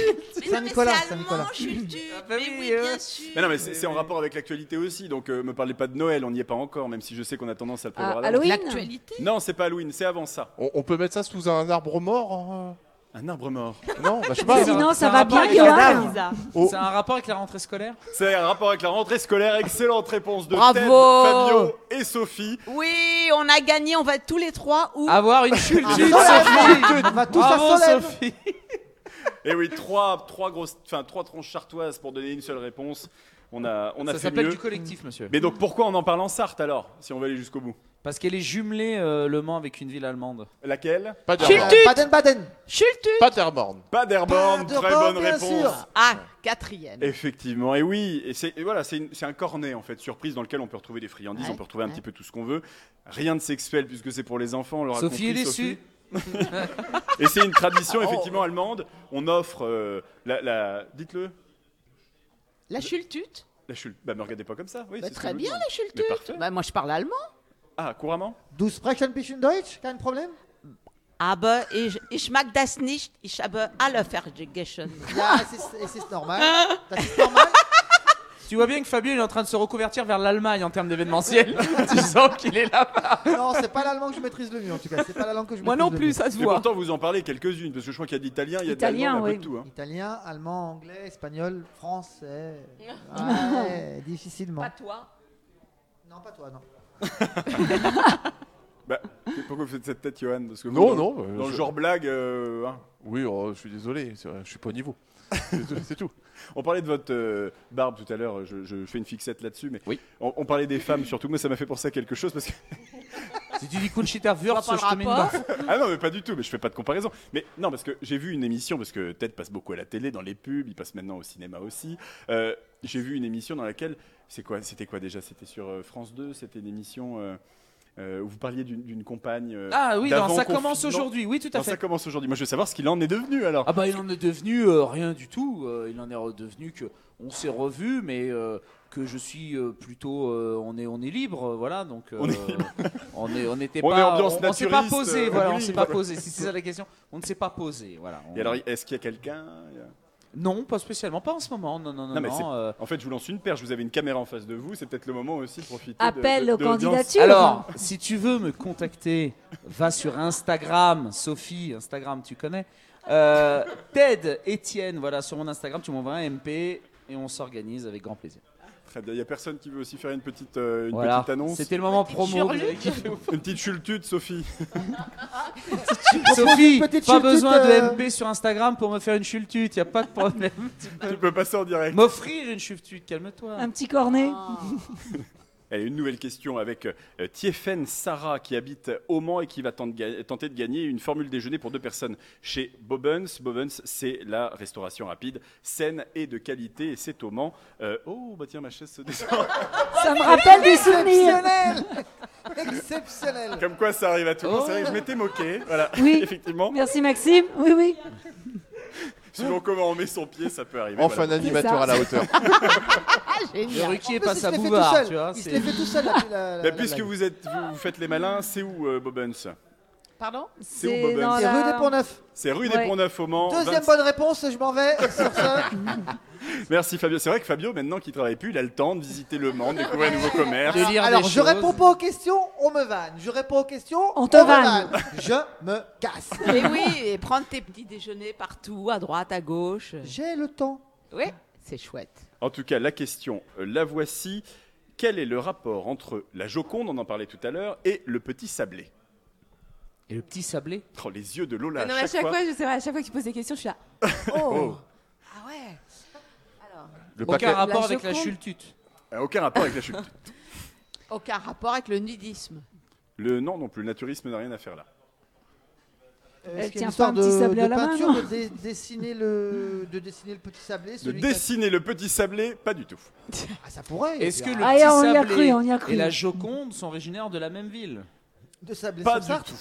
mais Nicolas, c'est Saint allemand, Nicolas. Chultute. Ah bah Mais oui, oui, bien hein. sûr. Mais non, mais c'est c'est en rapport avec l'actualité aussi, donc euh, me parlez pas de Noël, on n'y est pas encore, même si je sais qu'on a tendance à le prévoir Ah, à l'avance. Halloween Non, c'est pas Halloween, c'est avant ça. on, on peut mettre ça sous un arbre mort Un arbre mort. [LAUGHS] hein Non, bah, je sais Mais pas. Sinon, C'est un ça va rapport bien, avec Johan. Oh. C'est un rapport avec la rentrée scolaire C'est un rapport avec la rentrée scolaire. Excellente réponse de Bravo. Ted, Fabio et Sophie. Oui, on a gagné. On va être tous les trois. Ou Avoir une chultute, On va tous à Bravo, Solève. Sophie Et oui, trois, trois grosses, enfin trois tronches chartoises pour donner une seule réponse. On a, on a Ça fait s'appelle mieux. du collectif, monsieur. Mais donc pourquoi on en parle en Sarthe alors, si on veut aller jusqu'au bout Parce qu'elle est jumelée, euh, Le Mans, avec une ville allemande. Laquelle Pas Euh, d'Airborne. Baden-Baden. Chultute. Pas d'Airborne. Pas d'Airborne, Pas très d'Airborne, bonne bien réponse. sûr. Ah, quatrième. Effectivement, et oui, et c'est et voilà, c'est une- c'est un cornet en fait, surprise dans lequel on peut retrouver des friandises, Ouais, on peut retrouver un ouais. petit peu tout ce qu'on veut. Rien de sexuel puisque c'est pour les enfants. on l'aura Sophie est compris, déçue. Oh. Et c'est une [LAUGHS] tradition effectivement allemande. On offre euh, la, la- dites-le, La Chultute. la chul- Bah me regardez pas comme ça. Oui, Bah, c'est ce que très je vous bien, dis. la Mais Chultute. parfait. Bah, moi, je parle allemand. Ah couramment. Du sprechen bisschen Deutsch, kein Problem. Aber ich, ich mag das nicht. Ich habe alle vergessen. Ja, es ist, es ist normal. Das ist normal. Tu vois bien que Fabio il est en train de se reconvertir vers l'Allemagne en termes d'événementiel. [LAUGHS] tu sens qu'il est là. Non, c'est pas l'allemand que je maîtrise le mieux en tout cas. C'est pas la langue que je Moi maîtrise non le plus, ça se Et voit. pourtant vous en parlez quelques-unes parce que je crois qu'il y a de l'italien, il y a de Italien, l'allemand, il y a un peu oui. de tout. hein. mieux. Italien, allemand, anglais, espagnol, [LAUGHS] français. Ouais, difficilement. Pas toi. Non, pas toi, non. Bah, pourquoi vous faites cette tête, Johan Parce que vous, Non, dans- non. euh, Dans le je- genre blague, euh, hein. Oui, oh, je suis désolé, c'est vrai, je suis pas [LAUGHS] au niveau. C'est- c'est tout. on parlait de votre euh, barbe tout à l'heure, je, je fais une fixette là-dessus, mais Oui. on, on parlait des femmes surtout. Moi, ça m'a fait penser à quelque chose parce que. [LAUGHS] Si tu dis Conchita Wurst, Pas le je te mets une rapport. baffe. Ah non, mais pas du tout, mais je fais pas de comparaison. Mais non, parce que j'ai vu une émission, parce que Ted passe beaucoup à la télé, dans les pubs, il passe maintenant au cinéma aussi. Euh, j'ai vu une émission dans laquelle. c'est quoi- C'était quoi, déjà C'était sur euh, France 2, c'était une émission. euh, euh, où vous parliez d'une d'une compagne. euh, Ah oui, non, d'avant ça confi- commence Non, aujourd'hui. Oui, tout à non, ça fait. commence aujourd'hui. Moi, je veux savoir ce qu'il en est devenu alors. Ah bah il en est devenu euh, rien du tout. Euh, il en est redevenu que on s'est revu, mais euh, que je suis euh, plutôt euh, on est on est libre, euh, voilà. Donc euh, On est [LAUGHS] on est- on n'était On pas est ambiance on, on s'est pas naturiste, posé, euh, voilà, on est on s'est libre. pas posé. Si c'est ça la question, on ne s'est pas posé, voilà. On- Et alors, est-ce qu'il y a quelqu'un Il y a- Non, pas spécialement, pas en ce moment. Non non Non, non non. mais c'est- euh, En fait, je vous lance une perche. Vous avez une caméra en face de vous. C'est peut-être le moment aussi de profiter. de- Appel de- aux de l'audience. candidatures. Alors, si tu veux me contacter, va sur Instagram, Sophie, Instagram, tu connais. Euh, Ted, Étienne, voilà, sur mon Instagram, tu m'envoies un MP et on s'organise avec grand plaisir. Très bien. Il y a personne qui veut aussi faire une petite, euh, une voilà, petite annonce. c'était le moment promo. Petite Une petite chultude, Sophie. Sophie, Une petite pas chultute, besoin euh. de MP sur Instagram pour me faire une chultute, y a pas de problème. tu peux passer en direct. M'offrir une chultute, calme-toi. Un petit cornet. Allez, une nouvelle question avec euh, Tiefen Sarah qui habite au Mans et qui va tenter de ga- tenter de gagner une formule déjeuner pour deux personnes chez Bobens. Bobens, c'est la restauration rapide, saine et de qualité, et c'est au Mans. Euh, oh, bah tiens, ma chaise se descend. Ça me rappelle des souvenirs. Exceptionnel [LAUGHS] Exceptionnel Comme quoi, ça arrive à tout le monde. C'est vrai, je m'étais moqué. Voilà, Oui. [LAUGHS] effectivement. Merci Maxime. Oui, oui. Selon comment on met son pied, ça peut arriver. Enfin, un ben voilà. animateur ça. à [LAUGHS] la hauteur. Le En Ruquier plus, il passe se à l'est fait tout Bouvard, seul. tu vois. Il se c'est- l'est fait tout [LAUGHS] seul. la- la- la- Bah, la puisque blague. vous, êtes, vous, vous faites les malins, c'est où, euh, Bobens Pardon C'est où, Bobens dans C'est la- rue des Ponts Neufs. C'est rue des Ouais. Ponts-Neufs au Mans. Deuxième 25 bonne réponse, je m'en vais. Sur ce, [LAUGHS] Merci Fabio. C'est vrai que Fabio, maintenant qu'il travaille plus, il a le temps de visiter le Mans, de découvrir un [LAUGHS] nouveau commerce. De lire Alors, des je choses. réponds pas aux questions, on me vanne. Je réponds aux questions, On te me vanne. Je me [LAUGHS] casse. Mais oui, et prendre tes petits déjeuners partout, à droite, à gauche. J'ai le temps. Oui, c'est chouette. En tout cas, la question, euh, la voici. Quel est le rapport entre la Joconde, on en parlait tout à l'heure, et le petit sablé Et le petit sablé Oh, les yeux de Lola. non, mais à chaque fois. je sais pas, à chaque fois que tu poses des questions, je suis là. Oh. Ah ouais Alors, Le Aucun paquet. rapport La avec la Joconde. chultute. Euh, Aucun rapport avec la chute. Aucun rapport avec le nudisme. Le non, non plus. Le naturisme n'a rien à faire là. Euh, Elle est-ce qu'il y a tient pas une histoire un de, petit sablé à de la main, peinture, non de dé- dessiner le, de dessiner le petit sablé. De Celui qui a- dessiner le petit sablé, pas du tout. Ah, ça pourrait. Est-ce que le Ah, on petit y a sablé cru, on y a et cru. la Joconde sont originaires de la même ville de sablé Pas sur du Sarthe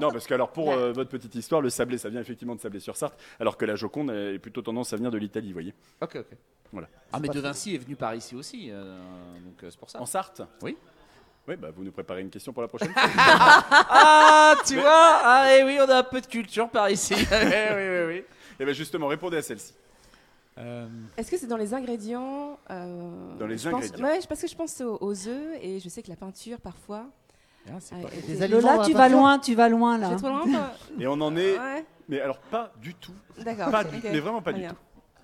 Non, parce que alors pour euh, votre petite histoire, le sablé, ça vient effectivement de Sablé-sur-Sarthe, alors que la Joconde elle, a plutôt tendance à venir de l'Italie, vous voyez. Ok, ok. Voilà. Ah, mais De Vinci est venu par ici aussi, euh, donc euh, c'est pour [LAUGHS] ça. En Sarthe Oui. Oui, bah vous nous préparez une question pour la prochaine. fois. Ah, tu vois Ah, et oui, on a un peu de culture par ici. [LAUGHS] Eh oui, oui, oui. Et bien Eh ben, justement, répondez à celle-ci. est-ce que c'est dans les ingrédients euh, Dans les je pense- ingrédients. Ouais, je- parce que je pense aux, aux œufs et je sais que la peinture parfois. c'est ouais, pas... était- Des aliments euh, dans Lola, la tu vas peinture. loin, tu vas loin Je là. vais trop loin quoi [LAUGHS] Et on en est, Ouais, mais alors pas du tout, d'accord. pas ok, du, ok. mais vraiment pas Très du bien. tout.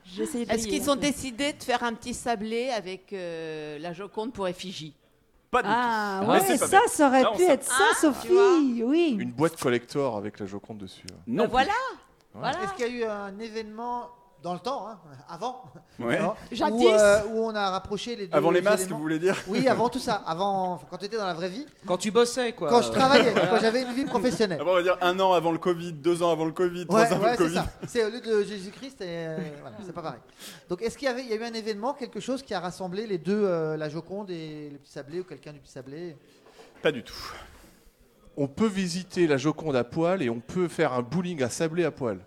J'ai essayé de Est-ce lier, qu'ils ont ok. décidé de faire un petit sablé avec euh, la Joconde pour effigie Pas du Ah, tout. ouais, c'est pas ça, bête. ça aurait Là, on pu sait. être ça, Sophie. tu vois. Oui. Une boîte collector avec la Joconde dessus. hein. Non. Ben Voilà, Ouais. voilà. Est-ce qu'il y a eu un événement dans le temps, hein, avant, [LAUGHS] Ouais. avant, Jadis. où, euh, où on a rapproché les deux Avant les masques, éléments. vous voulez dire Oui, avant tout ça, avant quand tu étais dans la vraie vie, Quand tu bossais, quoi. quand je [LAUGHS] travaillais, quand j'avais une vie professionnelle. Avant, on va dire un an avant le Covid, deux ans avant le Covid, trois Ouais, ans avant ouais, le c'est Covid. ça. C'est au lieu de Jésus-Christ, et, euh, voilà, c'est pas pareil. Donc, est-ce qu'il y, avait, il y a eu un événement, quelque chose qui a rassemblé les deux, euh, la Joconde et le Petit Sablé ou quelqu'un du Petit Sablé Pas du tout. On peut visiter la Joconde à poil et on peut faire un bowling à sablé à poil.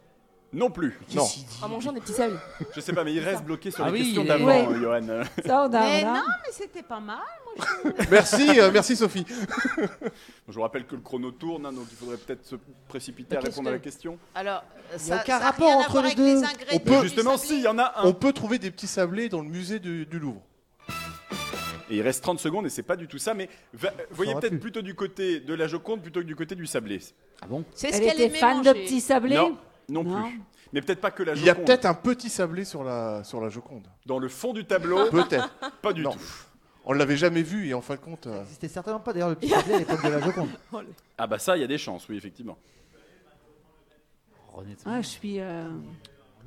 Non plus. Non. En mangeant des petits sables. Je sais pas, mais il reste bloqué sur Ah les oui, questions il est- d'avant, Ouais. euh, Johan. Euh, Ça, on a. Mais voilà. non, mais c'était pas mal. Merci, euh, merci Sophie. Je vous rappelle que le chrono tourne, hein, donc il faudrait peut-être se précipiter à qu'est-ce répondre à que- la question. Alors, y a ça aucun ça a rapport rien à entre voir les avec deux. On ingrédients peut- du Justement, sablé. si, hein. il y en Hein a un. On peut trouver des petits sablés dans le musée du, du Louvre. Et il reste 30 secondes et c'est pas du tout ça, mais va- voyez aura peut-être plus. plutôt du côté de la Joconde plutôt que du côté du sablé. Ah bon C'est ce Elle qu'elle était aimait fan de manger. petits sablés. Non, non plus. Non. Mais peut-être pas que la Il y a Joconde. peut-être un petit sablé sur la, sur la Joconde. Dans le fond du tableau, [LAUGHS] Peut-être. pas du Non. tout. On l'avait jamais vu et en fin de compte. euh, C'était certainement pas d'ailleurs le [LAUGHS] Petit Sablé à l'époque de la Joconde. Ah bah ça, il y a des chances, oui, effectivement. Ah, je suis. euh,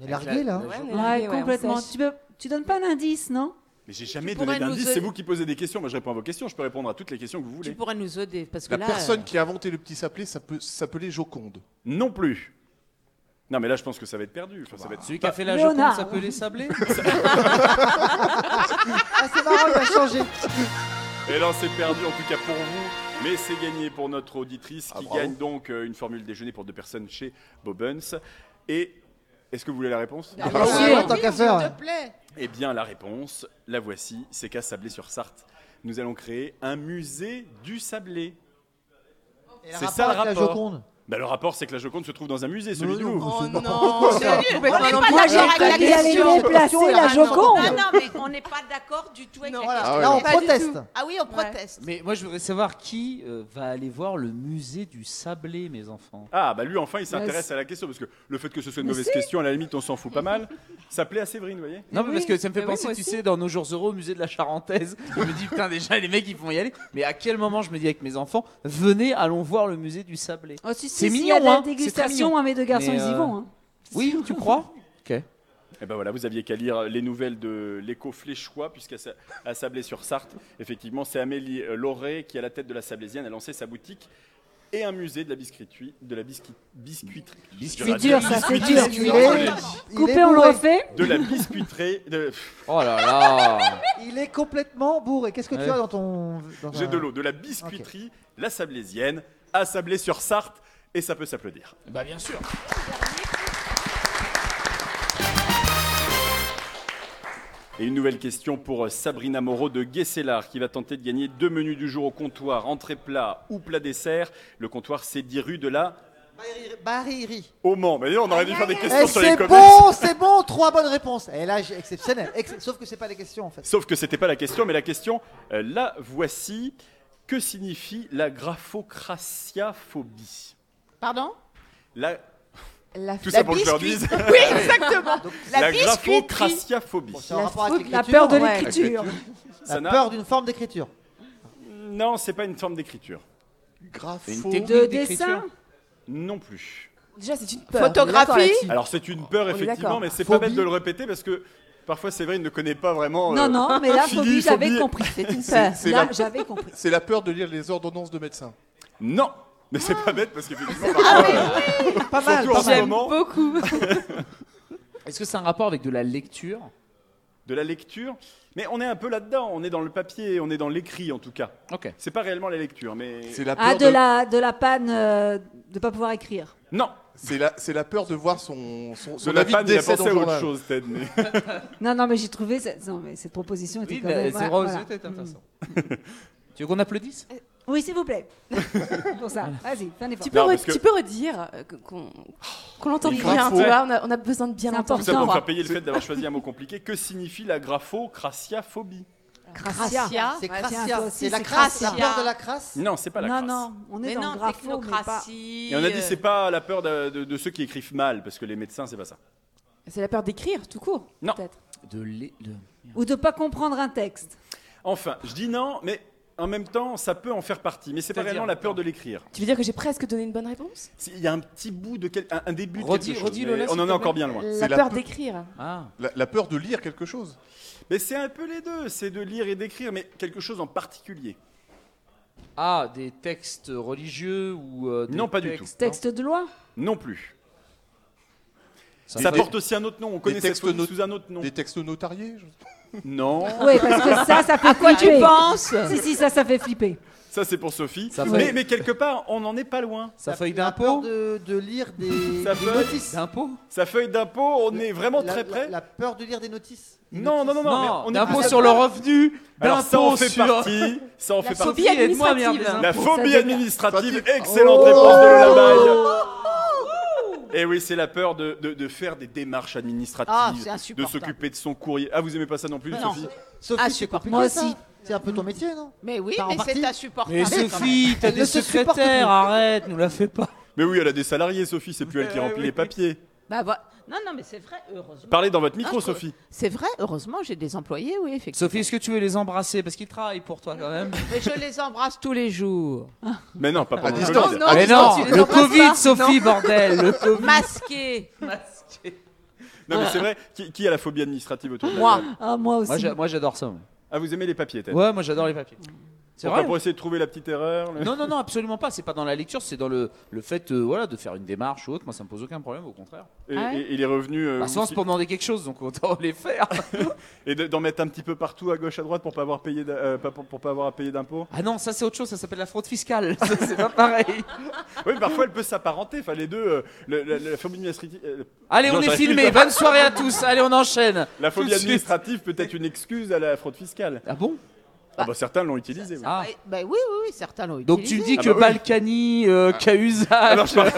On est largué là. hein. Ouais, on est ouais, largués, ouais, on complètement. sèche. Tu, peux- tu donnes pas l'indice, non Mais j'ai jamais Tu donné pourrais nous d'indice, aider. c'est vous qui posez des questions, moi je réponds à vos questions, je peux répondre à toutes les questions que vous Tu voulez. pourrais nous aider parce que La là. euh, personne euh, qui a inventé le petit sablé ça peut s'appeler Joconde. Non plus. Non mais là je pense que ça va être perdu. Enfin, ça va être... Celui qui a fait la Léonard. Joconde s'appelait Sablé Ah, c'est marrant, il a changé. Et là Eh ben, c'est perdu en tout cas pour vous, mais c'est gagné pour notre auditrice Ah, qui bravo. gagne donc euh, une formule déjeuner pour deux personnes chez Bobens. Et est-ce que vous voulez la réponse Ah, Bien oui, sûr, en tant oui, qu'à s'il faire. te plaît. Eh bien la réponse, la voici, c'est qu'à Sablé-sur-Sarthe, nous allons créer un musée du sablé. Et le C'est rapport ça, le avec rapport. La Joconde. Bah, le rapport c'est que la Joconde se trouve dans un musée, celui du Louvre. Oh non Sérieux, on n'est pas Moi, j'ai d'accord avec il la allait question. déplacer la Non, Joconde. non, mais on n'est pas d'accord du tout avec Non, la Voilà, Ah ouais, là on non. Pas du proteste. tout. Ah oui, on Ouais. proteste. Mais moi, je voudrais savoir qui euh, va aller voir le musée du Sablé, mes enfants. Ah bah lui enfin il s'intéresse Yes. à la question parce que le fait que ce soit une Mais mauvaise question à la limite on s'en fout pas mal. [LAUGHS] Ça plaît à Séverine, vous voyez Non, Mais mais parce oui, que ça me fait mais oui, penser, moi tu aussi. sais, dans nos jours heureux au musée de la Charentaise, [LAUGHS] je me dis, putain, déjà, les mecs, ils vont y aller. Mais à quel moment je me dis avec mes enfants, venez, allons voir le musée du Sablé Oh, si, si, C'est si, mignon, Il y a de la hein. C'est très dégustation, mignon. hein, mes deux garçons, Mais, ils y euh, vont. hein. Oui, tu crois Ok. Et ben voilà, vous aviez qu'à lire les nouvelles de l'écho fléchois, puisqu'à Sa- à Sablé-sur-Sarthe, effectivement, c'est Amélie euh, Lauré qui, à la tête de la Sablésienne, a lancé sa boutique et un musée de la biscuiterie. De la biscuit, biscuiterie. C'est dur, ça, c'est dur. Il est- il est Coupé, on le bourré. refait. De la biscuiterie. de- Oh là là Il est complètement bourré. Qu'est-ce que tu Ouais. as dans ton. dans J'ai un- de l'eau, de la biscuiterie, la sablésienne, à Sablé-sur-Sarthe, et ça peut s'applaudir. Bah bien sûr Et une nouvelle question pour euh, Sabrina Moreau de Guesselard qui va tenter de gagner deux menus du jour au comptoir, entrée plat ou plat dessert. Le comptoir, c'est 10 rue de la Bariri. Au Mans. Mais on aurait dû faire des Eh, questions sur les c'est commerces. bon, c'est bon, trois bonnes réponses. Et là, j'ai- exceptionnel. Ex- Sauf que c'est pas les questions en fait. Sauf que c'était pas la question, mais la question, euh, la voici. Que signifie la graphocraciaphobie Pardon la, La Tout f- ça La pour que je leur dise. biscuit- [LAUGHS] Oui, exactement. la, La biscuiterie. graphocraciaphobie. Bon, c'est en La rapport avec foule, Ah, La l'écriture, peur de Ouais. l'écriture. Ça La n'a- peur d'une forme d'écriture. Non, c'est pas une forme d'écriture. Grapho. De dessin. Non plus. Déjà, c'est une peur. Photographie. on est d'accord là-dessus. Alors c'est une peur On est effectivement, d'accord. mais c'est pas Phobie. bête de le répéter parce que parfois Séverine ne connaît pas vraiment. euh, Non, non, mais là, Phobie, phobie, j'avais phobie. compris. C'est une C'est- peur. C'est Là, la- j'avais compris. c'est la peur de lire les ordonnances de médecins. Non, mais c'est pas bête parce qu'effectivement parfois, euh, Pas mal. surtout en ce pas mal. J'aime moment, beaucoup. Est-ce que c'est un rapport avec de la lecture de la lecture. Mais on est un peu là-dedans, on est dans le papier, on est dans l'écrit en tout cas. Ok. C'est pas réellement la lecture, mais C'est la peur Ah, de de- la, de la panne, euh, de pas pouvoir écrire. non. C'est la, c'est la peur de voir son, son, son De la avis de panne, il a décès pensé dans à le autre journal. chose, Ted. mais- Non, non, mais j'ai trouvé. cette- Non, mais cette proposition était Oui, quand bah, même. c'est vrai voilà, aussi, voilà. c'est intéressant. [LAUGHS] tu veux qu'on applaudisse Oui, s'il vous plaît. Pour ça. Vas-y, fais un effort. Tu peux, Non, re- parce que- tu peux redire euh, que- qu'on qu'on l'entende Il bien, faut- tu vois. On a, on a besoin de bien C'est Tout l'entendre. ça pour Attends. faire payer le fait d'avoir choisi un mot compliqué. Que signifie la graphocraciaphobie Ah, bah, Gracia. C'est Ouais, Crassia. tiens, toi aussi, C'est la c'est crasse, la Crassia. peur de la crasse. Non, c'est pas la non, crasse. non, on est Mais dans non, le grapho, mais pas- technocratie. Et on a dit euh, c'est pas la peur de, de- de ceux qui écrivent mal parce que les médecins c'est pas ça. C'est la peur d'écrire, tout court. Non. peut-être. De lé- de- Ou de pas comprendre un texte. Enfin, je dis non, mais en même temps ça peut en faire partie. Mais c'est pas C'est-à-dire réellement la peur de l'écrire. Tu veux dire que j'ai presque donné une bonne réponse Si, Il y a un petit bout de quel- un, un début de Redis- quelque chose, redis, mais Lola, on s'il en te est encore plaît. bien loin. La la peur peur- d'écrire. Ah, La, la peur de lire quelque chose. Mais c'est un peu les deux, c'est de lire et d'écrire, mais quelque chose en particulier. Ah, des textes religieux ou euh, des Non, pas du textes- Texte de loi Non plus. Ça Ça, me- porte aussi un autre nom. On connaît cette textes phobie no- sous un autre nom. Des textes notariés. je- [LAUGHS] Non. Oui, parce que ça, ça fait Ah. À quoi tu flipper. penses Si, si, ça, ça fait flipper. Ça c'est pour Sophie. Ça mais, fait- mais quelque part, on n'en est pas loin. Sa feuille La peur d'impôt de, de lire des, Ça des peut- notices. D'impôt Sa feuille d'impôt, on est vraiment La- très la- près. La peur de lire des notices. Des Non, non, non, non. mais Non, on est d'impôt plus- sur le revenu, Alors ça en d'impôt fait sur... partie. Ça en La fait phobie partie. aide-moi, merde, administrative. les La impôts. phobie Ça administrative, Pratique. excellente Oh réponse de Lola Baye. Et oui, c'est la peur de, de- de faire des démarches Ah, c'est administratives, de insupportable. s'occuper de son courrier. Ah, vous aimez pas ça non plus, Non. Sophie Ah, Sophie, c'est Insupportable. compliqué, Moi ça. aussi. C'est un peu ton métier, non Mais oui, T'as mais Ah, c'est remarqué insupportable. Mais quand même. Sophie, t'as Elle des ne se supporte secrétaires, plus. arrête, nous la fais pas. Mais oui, elle a des salariés, Sophie, c'est plus elle qui remplit les papiers. Bah, voilà. Non, non, mais c'est vrai, heureusement. Parlez dans votre micro, Non, Ah, je- Sophie. C'est vrai, heureusement, j'ai des employés, oui, effectivement. Sophie, est-ce que tu veux les embrasser Parce qu'ils travaillent pour toi quand même. Mais je les embrasse tous les jours. Mais non, pas pendant le distance. Covid. Mais non, Ah, tu les le embrasses Covid, pas. Sophie, bordel, le Covid. Masqué. Non, mais c'est vrai, qui, qui a la phobie administrative autour de la [LAUGHS] Moi. table Ah, moi aussi. Moi, j'a- moi, j'adore ça. moi. Ah, vous aimez les papiers, Ted Ouais, moi j'adore les papiers. C'est Pourquoi vrai Pour essayer de trouver la petite erreur. le- Non, non, non, absolument pas. C'est pas dans la lecture, c'est dans le, le fait euh, voilà, de faire une démarche ou autre. Moi, ça me pose aucun problème, au contraire. Et, Ah ouais et- et les revenus. euh, Bah, souvent, c'est aussi- pour demander quelque chose, donc autant les faire. Et de- d'en mettre un petit peu partout, à gauche, à droite, pour pas avoir, payé d'a- euh, pas pour- pour pas avoir à payer d'impôts. Ah non, ça c'est autre chose, ça s'appelle la fraude fiscale. [LAUGHS] Ça, c'est pas pareil. Oui, parfois, elle peut s'apparenter. Enfin, les deux, euh, le- la, la phobie administrative. euh, Allez, Non, on est j'arrive filmé. pas. Bonne soirée à tous. Allez, on enchaîne. La phobie Tout de suite. administrative peut être une excuse à la fraude fiscale. Ah bon Ah bah, certains l'ont utilisée. oui. Ah. Eh, Ben oui, oui, oui, certains l'ont Donc tu utilisé. dis Ah que bah oui. Balkany, euh, Cahuzac, Alors, je parle-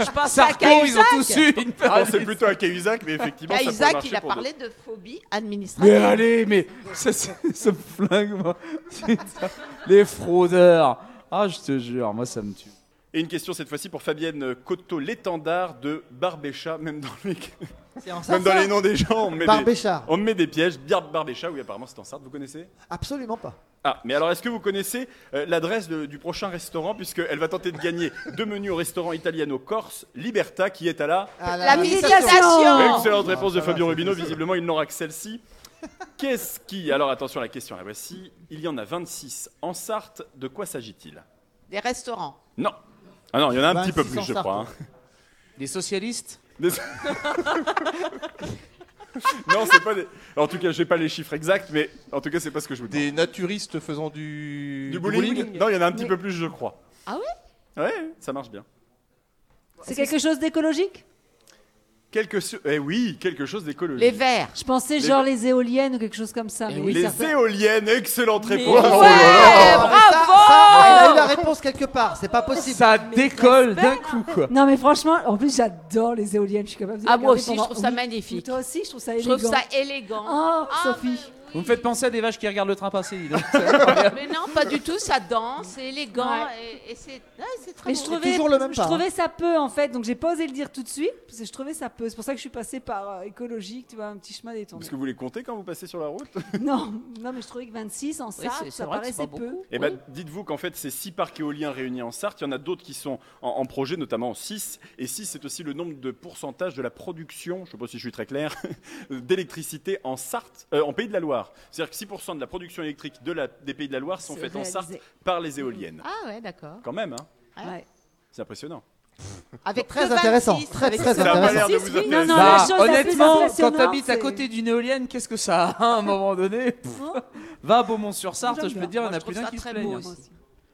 Je pense à Sarko, ils ont Cahuzac. tous eu une peur. Ah, c'est plutôt un Cahuzac, mais effectivement, ça pourrait Cahuzac, marcher il a pour d'autres. parlé de phobie administrative. Mais allez, mais ça, ça- ça me flingue, moi. Putain. [LAUGHS] Les fraudeurs. Ah, je te jure, moi ça me tue. Et une question cette fois-ci pour Fabienne Coteau, l'étendard de Barbécha, même dans les... C'est en [LAUGHS] Même dans les Sarthe. noms des gens, on met, des, Barbéchard. on met des pièges. Bière Barbéchat, oui, apparemment, c'est en Sarthe, vous connaissez Absolument pas. Ah, mais alors est-ce que vous connaissez euh, l'adresse de- du prochain restaurant Puisqu'elle va tenter de gagner deux menus au restaurant italiano-corse, Liberta, qui est à la. Ah là La là. méditation Excellente réponse Ah, de ça va, Fabien c'est- Rubino, visiblement il n'aura que celle-ci. Qu'est-ce qui. Alors attention, la question la voici. Il y en a 26 en Sarthe, de quoi s'agit-il Des restaurants. Non. Ah non, il y en a un petit peu 26 en plus, je Sarthe. crois. hein. Les socialistes Des- hein. non, c'est pas des. En tout cas, j'ai pas les chiffres exacts, mais en tout cas, c'est pas ce que je vous dis. Des naturistes faisant du, Du bowling, Non, il y en a un petit peu plus, je crois. Ah ouais Ouais, ça marche bien. C'est quelque chose d'écologique Quelque so- eh oui, quelque chose d'écologique. Les verts. Je pensais Les- genre les éoliennes ou quelque chose comme ça. Eh mais oui, Les certains- éoliennes, excellente réponse. Oh là Oh, Eh, là là. Ah, il a eu bravo la réponse quelque part, c'est pas possible. Ça décolle d'un coup, quoi. Non mais franchement, en plus j'adore les éoliennes. Je suis capable de Ah, les moi regarder aussi, je pendant- trouve ça Oui. magnifique. Toi aussi, je trouve ça Je élégant. trouve ça élégant. Oh, Ah, Sophie. Vous me faites penser à des vaches qui regardent le train passer, dis donc. Mais non, pas du tout, ça danse, c'est élégant et, et c'est ouais, c'est très Mais je beau. trouvais, toujours le même je pas, hein. trouvais ça peu en fait, donc j'ai pas osé le dire tout de suite parce que je trouvais ça peu. C'est pour ça que je suis passée par euh, écologique, tu vois, un petit chemin détourné. Parce que vous les comptez quand vous passez sur la route Non, non, mais je trouvais que 26 en Oui, ça, c'est- c'est ça vrai que c'est paraissait pas peu. Eh ben, dites-vous qu'en fait, ces six parcs éoliens réunis en Sarthe, il y en a d'autres qui sont en, en projet, notamment en 6. Et 6, c'est aussi le nombre de pourcentage de la production, je ne sais pas si je suis très clair, [LAUGHS] d'électricité en Sarthe, euh, en Pays de la Loire. C'est-à-dire que 6% de la production électrique de la- des Pays de la Loire sont C'est faites réalisé. en Sarthe par les éoliennes. Ah ouais, d'accord. Quand même, hein Ouais. c'est impressionnant. Avec Très que intéressant, 26, très, avec très que Ça a pas l'air de 26, vous oui. intéresser. Non, non, Bah, la chose la plus honnêtement, quand impressionnante, t'habites à c'est- côté d'une éolienne, qu'est-ce que ça a à un moment donné Ah. Hein Va à Beaumont-sur-Sarthe, J'aime je peux bien. te dire, Moi, on a je trouve plus d'un ça qui se très plaignent. beau hein. aussi.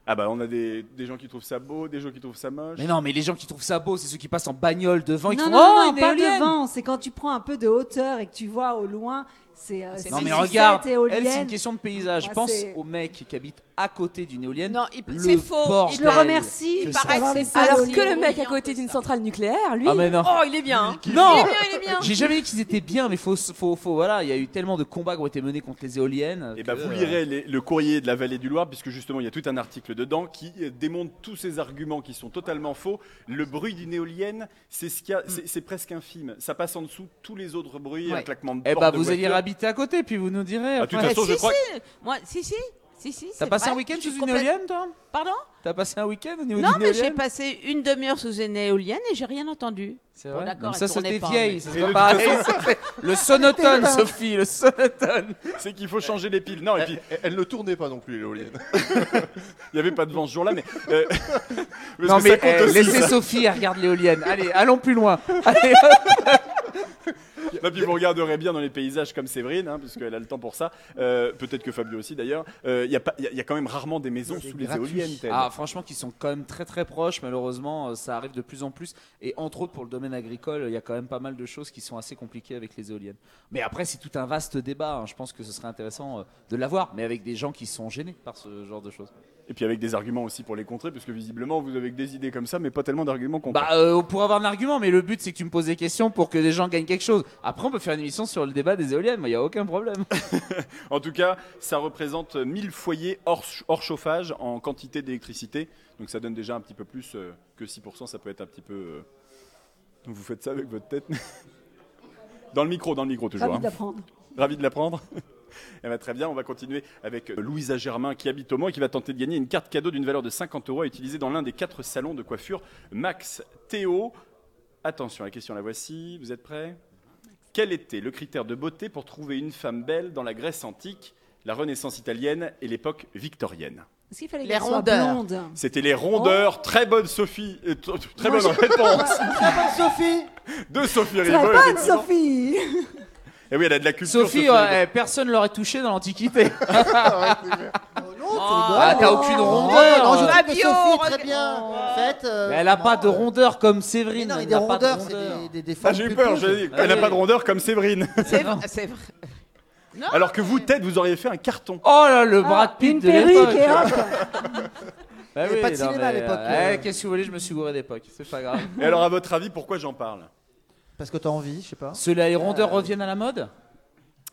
Ah bah, on a des, des gens qui trouvent ça beau, des gens qui trouvent ça moche. Mais non, mais les gens qui trouvent ça beau, c'est ceux qui passent en bagnole devant, ils non, font non, Oh, non, une pas éolienne devant. C'est quand tu prends un peu de hauteur et que tu vois au loin, c'est. euh, Ah, C'est Non, six mais ou si regarde, sept elle, c'est éoliennes. une question de paysage. Moi, Pense c'est- au mec qui habite à côté d'une éolienne. Non, il- Le c'est faux. bordel. Je le remercie. Que Il ça paraît va. que Ah, c'est Alors pas que si le mec à brillant côté que d'une ça. centrale nucléaire, lui. Ah, mais non. Oh, il est bien. hein. Non Il est bien, il est bien. J'ai jamais dit qu'ils étaient bien, mais faut, faut, faut, voilà, il y a eu tellement de combats qui ont été menés contre les éoliennes. Et que, bah, vous euh, lirez les- le courrier de la vallée du Loir, puisque justement il y a tout un article dedans qui euh, démontre tous ces arguments qui sont totalement faux. Le bruit d'une éolienne, c'est ce qu'il y a- c'est c'est presque infime. Ça passe en dessous de tous les autres bruits, un Ouais. claquement de Eh porte, bah, de vous allez voiture. habiter à côté, puis vous nous direz. Ah, de toute après. façon, si, je crois si. Moi, si, si. Si, si, T'as c'est passé vrai. un week-end Je sous suis une complète- éolienne, toi Pardon T'as passé un week-end au niveau Non, d'une mais j'ai éolienne passé une demi-heure sous une éolienne et j'ai rien entendu. C'est Bon, vrai. d'accord, Mais ça, elle c'est tournait des pas, vieilles. mais- ça, Et c'est de pas toute pareil. Le sonotone, Sophie, le sonotone. C'est qu'il faut changer les piles. Non, et puis Elle, elle ne tournait pas non plus, [LAUGHS] l'éolienne. il n'y avait pas de vent ce jour-là, mais. euh, [LAUGHS] parce Non, que ça mais compte eh, aussi, laissez [LAUGHS] ça. Sophie, elle regarde l'éolienne. Allez, allons plus [LAUGHS] loin. Allez, Non, puis vous regarderez bien dans les paysages comme Séverine, hein, puisqu'elle a le temps pour ça. Euh, Peut-être que Fabio aussi d'ailleurs. Euh, Il y, a pas- il y a- il y a quand même rarement des maisons C'est sous les gratuit. éoliennes. Ted. Ah, franchement, qui sont quand même très très proches. Malheureusement, euh, ça arrive de plus en plus. Et entre autres, pour le domaine agricole, il y a quand même pas mal de choses qui sont assez compliquées avec les éoliennes. Mais après, c'est tout un vaste débat. hein. Je pense que ce serait intéressant euh, de l'avoir, mais avec des gens qui sont gênés par ce genre de choses. Et puis avec des arguments aussi pour les contrer, parce que visiblement vous avez que des idées comme ça, mais pas tellement d'arguments contre. Bah, euh, on pourrait avoir un argument, mais le but, c'est que tu me poses des questions pour que des gens gagnent quelque chose. Après, on peut faire une émission sur le débat des éoliennes. Moi, il n'y a aucun problème. En tout cas, ça représente 1000 foyers hors, ch- hors chauffage en quantité d'électricité. Donc ça donne déjà un petit peu plus euh, que 6%. Ça peut être un petit peu. euh, Vous faites ça avec votre tête [LAUGHS] Dans le micro, dans le micro toujours. Ravi hein. de l'apprendre. Ravi de l'apprendre. [LAUGHS] Eh ben, très bien, on va continuer avec euh, Louisa Germain qui habite au Mans et qui va tenter de gagner une carte cadeau d'une valeur de 50 euros à utiliser dans l'un des quatre salons de coiffure Max Théo. Attention, la question la voici, vous êtes prêts Quel était le critère de beauté pour trouver une femme belle dans la Grèce antique, la Renaissance italienne et l'époque victorienne Est-ce qu'il fallait Les qu'elle soit rondeurs. blonde C'était les rondeurs, très bonne Sophie, euh, t- t- très bonne réponse Très Ah, bonne Sophie de Sophie Très Riveau. bonne effectivement. Sophie Et oui, elle a de la culture. Sophie, Riveau. ouais, eh, personne l'aurait touché dans l'Antiquité. Oh non, tu Ah, rigoles. t'as aucune Oh, rondeur. non, je trouve que Fabio, Sophie est regarde- très bien Oh. faite. [LAUGHS] euh, Mais elle n'a pas de non. rondeur comme Mais Séverine. non, mais elle des n'a pas de rondeurs, c'est rondeur. des, des, des Ah, femmes j'ai eu plus peur, pauvres. je dis, elle n'a Allez. pas de rondeur comme Séverine. C'est vrai. c'est vrai. Non, Alors que vous, Ted, vous auriez fait un carton. Oh là, le Brad Ah, Pitt Une de l'époque. perruque et hop Bah Il y avait pas de cinéma à mais, l'époque, euh, euh. eh, Qu'est-ce que vous voulez, je me suis gouré d'époque. C'est pas grave. Et alors, à votre avis, pourquoi j'en parle Parce que t'as envie, je sais pas. Ceux-là, les rondeurs Euh. reviennent à la mode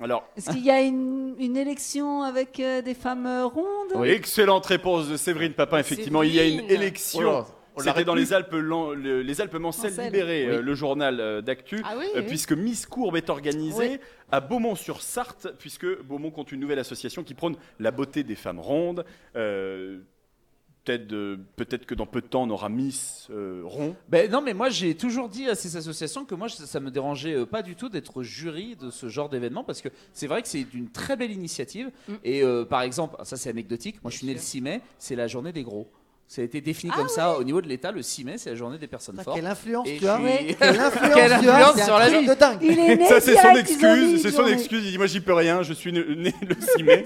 Alors, Est-ce qu'il y a une, une élection avec euh, des femmes euh, rondes Oui. excellente réponse de Séverine Papin. Effectivement, il y a une Séverine. élection Oh là. C'était dans les Alpes, Lan- le- les Alpes Mancelles Mancelles. libérées, euh, le journal euh, d'actu, Ah oui, euh, oui. puisque Miss Courbe est organisée Oui. à Beaumont-sur-Sarthe, puisque Beaumont compte une nouvelle association qui prône la beauté des femmes rondes. Euh, Peut-être euh, peut-être que dans peu de temps, on aura Miss euh, Rond. Ben non, mais moi j'ai toujours dit à ces associations que moi ça ça me dérangeait euh, pas du tout d'être jury de ce genre d'événement parce que c'est vrai que c'est une très belle initiative. Mm. Et euh, par exemple, ça c'est anecdotique, moi je suis né le 6 mai, c'est la journée des gros. Ça a été défini comme ça au niveau de l'État, le 6 mai c'est la journée des personnes Ah Putain, fortes. Quelle influence Et tu as je suis- Quelle influence, [LAUGHS] Quelle tu as, influence c'est un sur la truc vie. de dingue. Il est né Ça, c'est son direct, ils ont mis excuse. une C'est son journée. excuse. Il dit Moi, j'y peux rien. Je suis né [LAUGHS] né le 6 mai.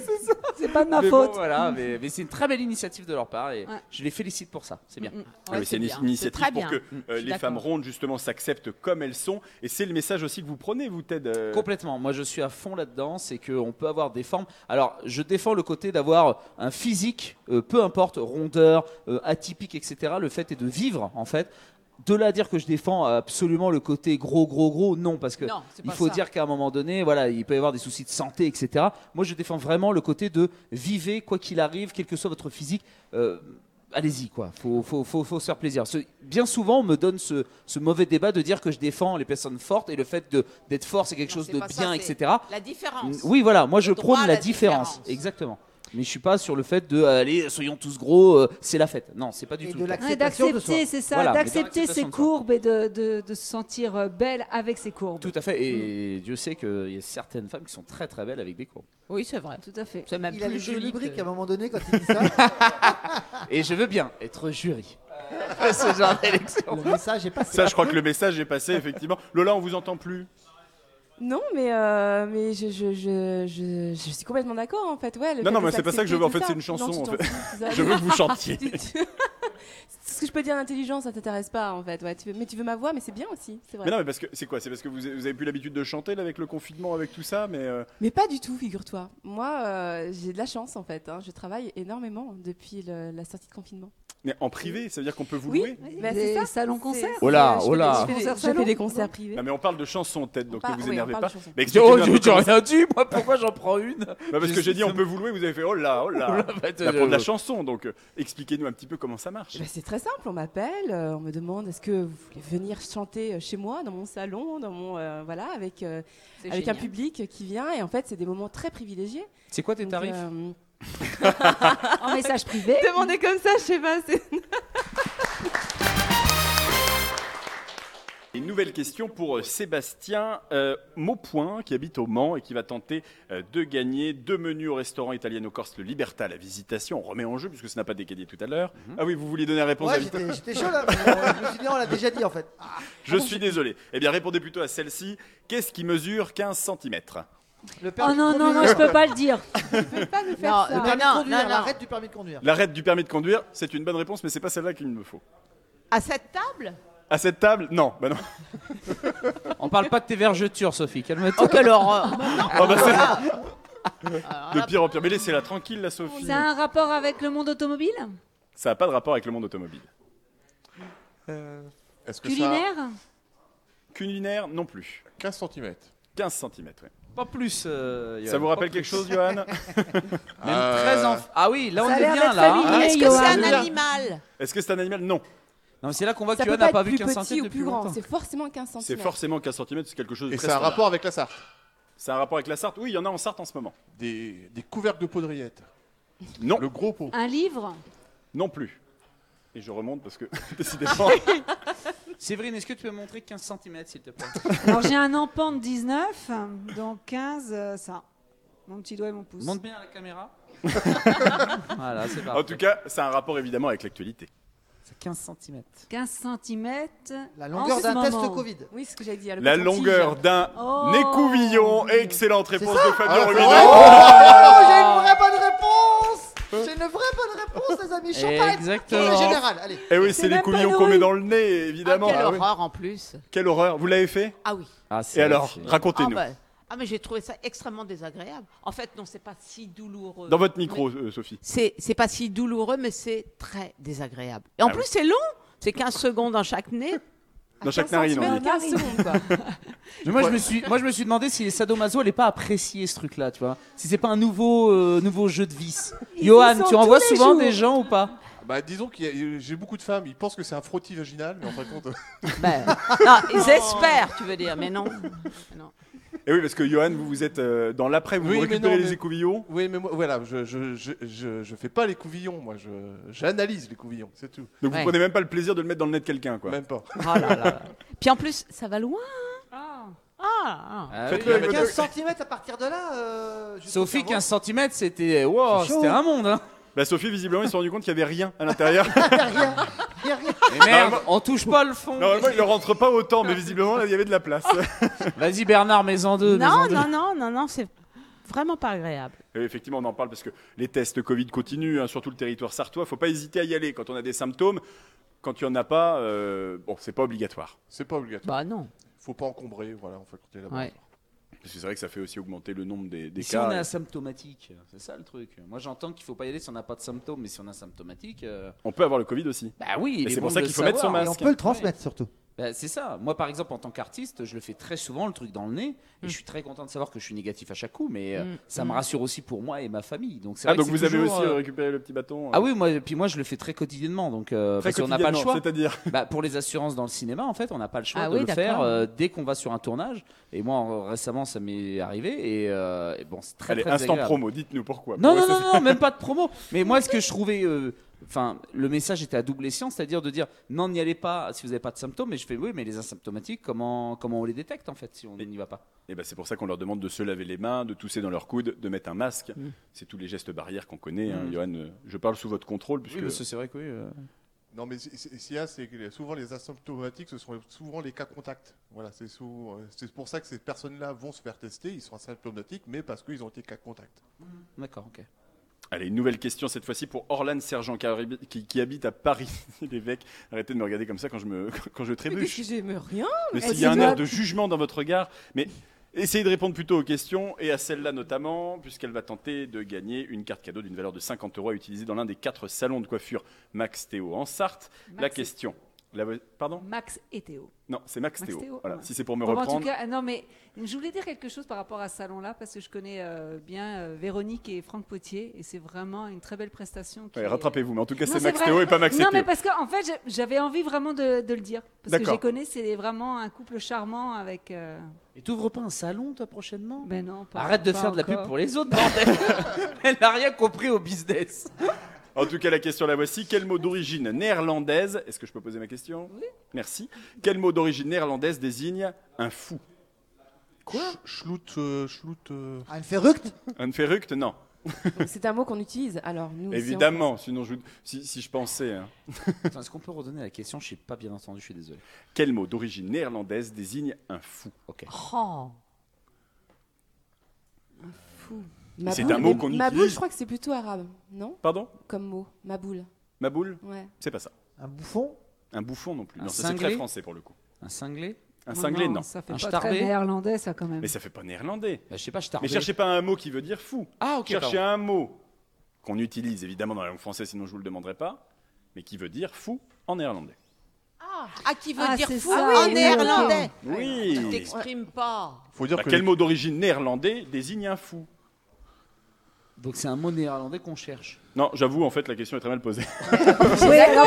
C'est pas de ma Mais bon, faute. voilà, mais, mais c'est une très belle initiative de leur part et Ouais. je les félicite pour ça. C'est bien. Mm, mm. Ah Ouais, oui, c'est une bien. initiative très pour bien. que euh, suis les d'accord. femmes rondes justement s'acceptent comme elles sont. Et c'est le message aussi que vous prenez, vous, Ted. euh, Complètement. Moi, je suis à fond là-dedans. C'est qu'on peut avoir des formes. Alors, je défends le côté d'avoir un physique, euh, peu importe, rondeur, euh, atypique, etc. Le fait est de vivre, en fait. De là à dire que je défends absolument le côté gros, gros, gros, non, parce que Non, c'est il pas faut ça. dire qu'à un moment donné, voilà, il peut y avoir des soucis de santé, etc. Moi, je défends vraiment le côté de vivez quoi qu'il arrive, quel que soit votre physique. euh, Allez-y, quoi. Faut, faut, faut, faut se faire plaisir. Ce- bien souvent, on me donne ce, ce mauvais débat de dire que je défends les personnes fortes et le fait de- d'être fort, c'est quelque Non, chose c'est de pas ça, bien, c'est etc. La différence. Oui, voilà. Moi, je Le droit prône à la la différence. différence. Exactement. Mais je suis pas sur le fait de euh, allez, soyons tous gros, euh, c'est la fête. Non, c'est pas du Et tout. de le cas. l'acceptation Ouais, de soi. d'accepter, c'est ça, Voilà, mais d'accepter d'acceptation ses de soi. courbes et de, de- de se sentir euh, belle avec ses courbes. Tout à fait. Et Dieu sait qu'il y a certaines femmes qui sont très très belles avec des courbes. Oui, c'est vrai. Tout à fait. C'est même Il a le plus jeu joli. lubrique que- à un moment donné quand il dit ça. Et je veux bien être jury. à ce genre d'élection. le message est passé. Ça, je crois que le message est passé, effectivement. Lola, on vous entend plus. Non, mais, euh, mais je, je, je, je, je suis complètement d'accord en fait. Ouais, le Non, fait non, de mais c'est pas ça que je veux. En fait, c'est une s'accepter, tout chanson, ça. en Non, tu t'en fous, c'est ça. [LAUGHS] Je veux que vous [LAUGHS] chantiez. Tu- tu- Ce que je peux dire, l'intelligence, ça t'intéresse pas en fait. Ouais, tu veux- Mais tu veux ma voix, mais c'est bien aussi, c'est Mais vrai. Mais, non, mais parce que c'est quoi C'est parce que vous avez, vous avez plus l'habitude de chanter là, avec le confinement, avec tout ça, mais euh, pas du tout, figure-toi. Moi, euh, j'ai de la chance en fait. hein. Je travaille énormément depuis le- la sortie de confinement. mais en privé, ça veut dire qu'on peut vous Oui. louer. Bah, c'est Des ça. salons concerts. Euh, C'est- Oh là, je fais oh là. des- Je fais des, Concerts je salons. fais des concerts privés. Non, mais on parle de chansons, Ted, donc On ne parle- vous oui, on énervez parle pas. de chansons. Mais Oh, expliquez-nous un peu j'ai comment- rien dit, moi, pourquoi j'en prends une Bah, parce que j'ai dit on peut vous louer, vous avez fait oh là, oh là. Là, pour de la chanson, donc euh, expliquez-nous un petit peu comment ça marche. Eh ben, c'est très simple, on m'appelle, euh, on me demande est-ce que vous voulez venir chanter euh, chez moi, dans mon salon, dans mon euh, voilà, avec euh, Ah, C'est avec un génial. public euh, qui vient et en fait c'est des moments très privilégiés. C'est quoi tes Donc, tarifs euh, En message privé. Demandez comme ça, je sais pas. c'est- Et nouvelle question pour euh, Sébastien euh, Maupoint, qui habite au Mans et qui va tenter euh, de gagner deux menus au restaurant italiano-corse, le Liberta, la Visitation. On remet en jeu, puisque ça n'a pas dégagé tout à l'heure. Ah oui, vous vouliez donner la réponse à Mhm. Ouais, Vito j'étais Ah j'étais chaud là. Je me suis dit, on l'a déjà dit en fait. Je suis désolé. Eh bien, répondez plutôt à celle-ci. Qu'est-ce qui mesure 15 cm Le permis Oh de non, non, conduire. non, je peux pas le dire. Non, Le non, permis de non, conduire, non. l'arrête du permis de conduire. L'arrête du permis de conduire, c'est une bonne réponse, mais c'est pas celle-là qu'il me faut. À cette table À cette table Non, bah non. On parle pas de tes vergetures, Sophie, calme-toi. Oh, quelle horreur Ah. Oh, bah, c'est Alors là, de pire en pire. Mais laissez-la tranquille, la Sophie. Ça a un rapport avec le monde automobile Ça n'a pas de rapport avec le monde automobile. Euh, Est-ce que ça a Culinaire Culinaire, non plus. 15 cm 15 cm, ouais. Pas plus. euh, Ça Johan, vous pas rappelle plus. quelque chose, Euh, Johan Même 13 enfants. Ah oui, là on Ça a est l'air bien d'être là. hein. familier, Est-ce que Johan. c'est un animal Est-ce que c'est un animal Non. Non, mais c'est là qu'on voit que Ça peut Johan pas n'a être pas vu plus 15 cm petit ou depuis plus grand, longtemps. c'est forcément 15 cm. C'est forcément 15 cm, c'est quelque chose de Et très ça a un standard. rapport avec la Sarthe C'est un rapport avec la Sarthe Oui, il y en a en Sarthe en ce moment. Des, des couvercles de peau de rillette Non, Le gros pot Un livre non plus. Et je remonte [LAUGHS] parce que, décidément, Séverine, est-ce que tu peux montrer 15 cm s'il [LAUGHS] te plaît Alors j'ai un empan de 19, donc 15, euh, ça. Mon petit doigt et mon pouce. Monte bien à la caméra. [LAUGHS] voilà, c'est parfait. en tout cas, ça a un rapport évidemment avec l'actualité. C'est 15 cm. 15 cm. La longueur d'un test Covid. Oui, c'est ce que j'avais dit. à La l'hôpital. longueur d'un Oh. écouvillon. Excellente réponse de Fabien Ah, c'est Rubinet. vrai Oh, j'ai une vraie bonne réponse J'ai une vraie bonne réponse, les amis. Champagne pour le Exactement. général, allez. Eh oui, C'est c'est même l'écouvillon pas qu'on met Noël. dans le nez, évidemment. Ah, Quelle Ah oui. horreur en plus Quelle horreur. Vous l'avez fait Ah oui Ah, Et alors, Ah, racontez-nous. bah, ah, mais j'ai trouvé ça extrêmement désagréable. En fait, non, c'est pas si douloureux. Dans votre micro, euh, Sophie. C'est c'est pas si douloureux, mais c'est très désagréable. Et en Ah plus, c'est long c'est 15 secondes dans chaque nez. Ah, Dans chaque narine, on Mais dit. 15 secondes, quoi. Moi je, me suis, moi, je me suis demandé si les sadomaso n'allaient pas apprécier ce truc-là, tu vois. Si c'est pas un nouveau, euh, nouveau jeu de vis. Johan, le tu font envoies tous les souvent jours. des gens ou pas Bah, disons que j'ai beaucoup de femmes, ils pensent que c'est un frottis vaginal, mais en fin de compte. Ben, [LAUGHS] non, ils espèrent, tu veux dire, mais non. non. Et Eh oui, parce que Johan, vous, vous êtes euh, dans l'après, vous Oui, mais récupérez non, les mais- écouvillons. [LAUGHS] oui, mais moi, voilà, je, je, je, je, je fais pas les couvillons, moi, je- j'analyse les couvillons, c'est tout. Donc Ouais. vous prenez même pas le plaisir de le mettre dans le nez de quelqu'un, quoi. Même pas. Oh là là. Puis en plus, ça va loin. Ah, ah. Ah Faites-le oui. avec votre- 15 cm à partir de là. euh, jusqu'au Sophie, cerveau. 15 cm, c'était eh, wow, C'est chaud. c'était un monde. Hein. Bah, Sophie, visiblement, ils se sont rendu compte qu'il y avait rien à l'intérieur. Il y a rien. Il y a rien. Mais merde, on touche pas le fond. Normalement, il ne rentre pas autant, mais visiblement, là, il y avait de la place. Vas-y, Bernard, mets-en deux. Non, mets-en deux. non, non, non, non, c'est vraiment pas agréable. Et effectivement, on en parle parce que les tests Covid continuent hein, sur tout le territoire sartois. Faut pas hésiter à y aller quand on a des symptômes. Quand il n'y en a pas, euh, bon, c'est pas obligatoire. C'est pas obligatoire. Bah non. Faut pas encombrer, voilà, on fait compter là-bas. Ouais. Parce que c'est vrai que ça fait aussi augmenter le nombre des, des si cas. on est asymptomatique, c'est ça le truc. Moi, j'entends qu'il faut pas y aller si on n'a pas de symptômes, mais si on est asymptomatique, euh, On peut avoir le Covid aussi. bah oui. il Et est c'est bon pour ça de qu'il faut mettre son savoir. Et on masque. peut le transmettre surtout. Bah, c'est ça. Moi, par exemple, en tant qu'artiste, je le fais très souvent, le truc dans le nez. Et je suis très content de savoir que je suis négatif à chaque coup, mais euh, Mm. ça me rassure aussi pour moi et ma famille. Donc, c'est Ah, vrai que donc c'est vous avez toujours, aussi euh, récupéré le petit bâton. euh, Ah oui, moi, et puis moi, je le fais très quotidiennement. Donc, euh, très parce qu'on n'a pas le quotidiennement, choix. C'est-à-dire, Bah, pour les assurances dans le cinéma, en fait, on n'a pas le choix Ah de oui, le d'accord. faire euh, dès qu'on va sur un tournage. Et moi, en- récemment, ça m'est arrivé. Et, euh, et bon, c'est très, allez, très instant agréable. promo, dites-nous pourquoi. Non, Pourquoi non, ça- non, [LAUGHS] non, même pas de promo. Mais moi, ce que je trouvais. euh, Enfin, le message était à double escient, c'est-à-dire de dire non, n'y allez pas si vous n'avez pas de symptômes. Mais je fais oui, mais les asymptomatiques, comment, comment on les détecte en fait si on Et- n'y va pas Eh ben, c'est pour ça qu'on leur demande de se laver les mains, de tousser dans leur coude, de mettre un masque. C'est tous les gestes barrières qu'on connaît. hein, Mm. Johan, euh, je parle sous votre contrôle. Puisque... c'est vrai que oui. Non, mais c'est- c'est- s'il y a, c'est que souvent les asymptomatiques, ce sont souvent les cas contacts. Voilà, c'est sous- euh, c'est pour ça que ces personnes-là vont se faire tester. Ils sont asymptomatiques, mais parce qu'ils ont été cas contacts. D'accord, ok. Allez, une nouvelle question cette fois-ci pour Orlan Sergent qui, arri- qui- qui habite à Paris, [LAUGHS] l'évêque. Arrêtez de me regarder comme ça quand je, me, [LAUGHS] quand je Mais qu'est-ce trébuche. que j'aime rien Mais Eh, s'il y c'est a un toi. air de jugement dans votre regard, mais essayez de répondre plutôt aux questions et à celle-là notamment, puisqu'elle va tenter de gagner une carte cadeau d'une valeur de 50 euros à utiliser dans l'un des quatre salons de coiffure Max Théo en Sarthe. La Max- question. la- Pardon Max et Théo. Non, c'est Max, Max Théo. Théo, Voilà. ouais. Si c'est pour me Bon, bah, en reprendre. tout cas, ah, non, mais je voulais dire quelque chose par rapport à ce salon-là, parce que je connais euh, bien euh, Véronique et Franck Potier, et c'est vraiment une très belle prestation. qui Ouais, est- rattrapez-vous, mais en tout cas, Non, c'est c'est Max vrai. Théo et pas Max et Non, mais Théo. parce qu'en en fait, j'ai- j'avais envie vraiment de, de le dire. Parce que je D'accord. les connais, c'est vraiment un couple charmant avec. euh, Et t'ouvres pas un salon toi prochainement Ben non, pas- Arrête de pas faire de la encore. pub pour les autres, bordel [LAUGHS] Elle n'a rien compris au business En tout cas, la question la voici. Quel mot d'origine néerlandaise Est-ce que je peux poser ma question Oui. Merci. Quel mot d'origine néerlandaise désigne un fou Quoi Schlout, euh, schlout, euh, Un ferruct Un verructe Non. Donc, C'est un mot qu'on utilise. Alors, nous, ici, on- Évidemment, sinon je, vous- si, si je pensais. hein. Attends, est-ce qu'on peut redonner la question Je n'ai pas bien entendu, je suis désolé. Quel mot d'origine néerlandaise désigne un fou Ok. Oh. Ma C'est boule, un mot mais qu'on Ma utilise. boule, je crois que c'est plutôt arabe, non Pardon Comme mot, ma boule. Ma boule Ouais. C'est pas ça. Un bouffon Un bouffon non plus. Un non, ça c'est cinglé très français pour le coup. Un cinglé Un Oh cinglé, non. Ça fait Un pas starbé très néerlandais, ça, quand même. Mais ça fait pas néerlandais. Bah, Je sais pas, je t'ai Mais cherchez pas un mot qui veut dire fou. Ah, ok. cherchez pardon. un mot qu'on utilise évidemment dans la langue française, sinon je vous le demanderai pas, mais qui veut dire fou en néerlandais. Ah, qui veut Ah, dire c'est fou ça. en Oui, néerlandais. Oui. Tu t'exprimes pas. faut dire Bah, que quel les- mot d'origine néerlandais désigne un fou Donc c'est un mot néerlandais qu'on cherche. Non, j'avoue, en fait, la question est très mal posée. Oui, alors,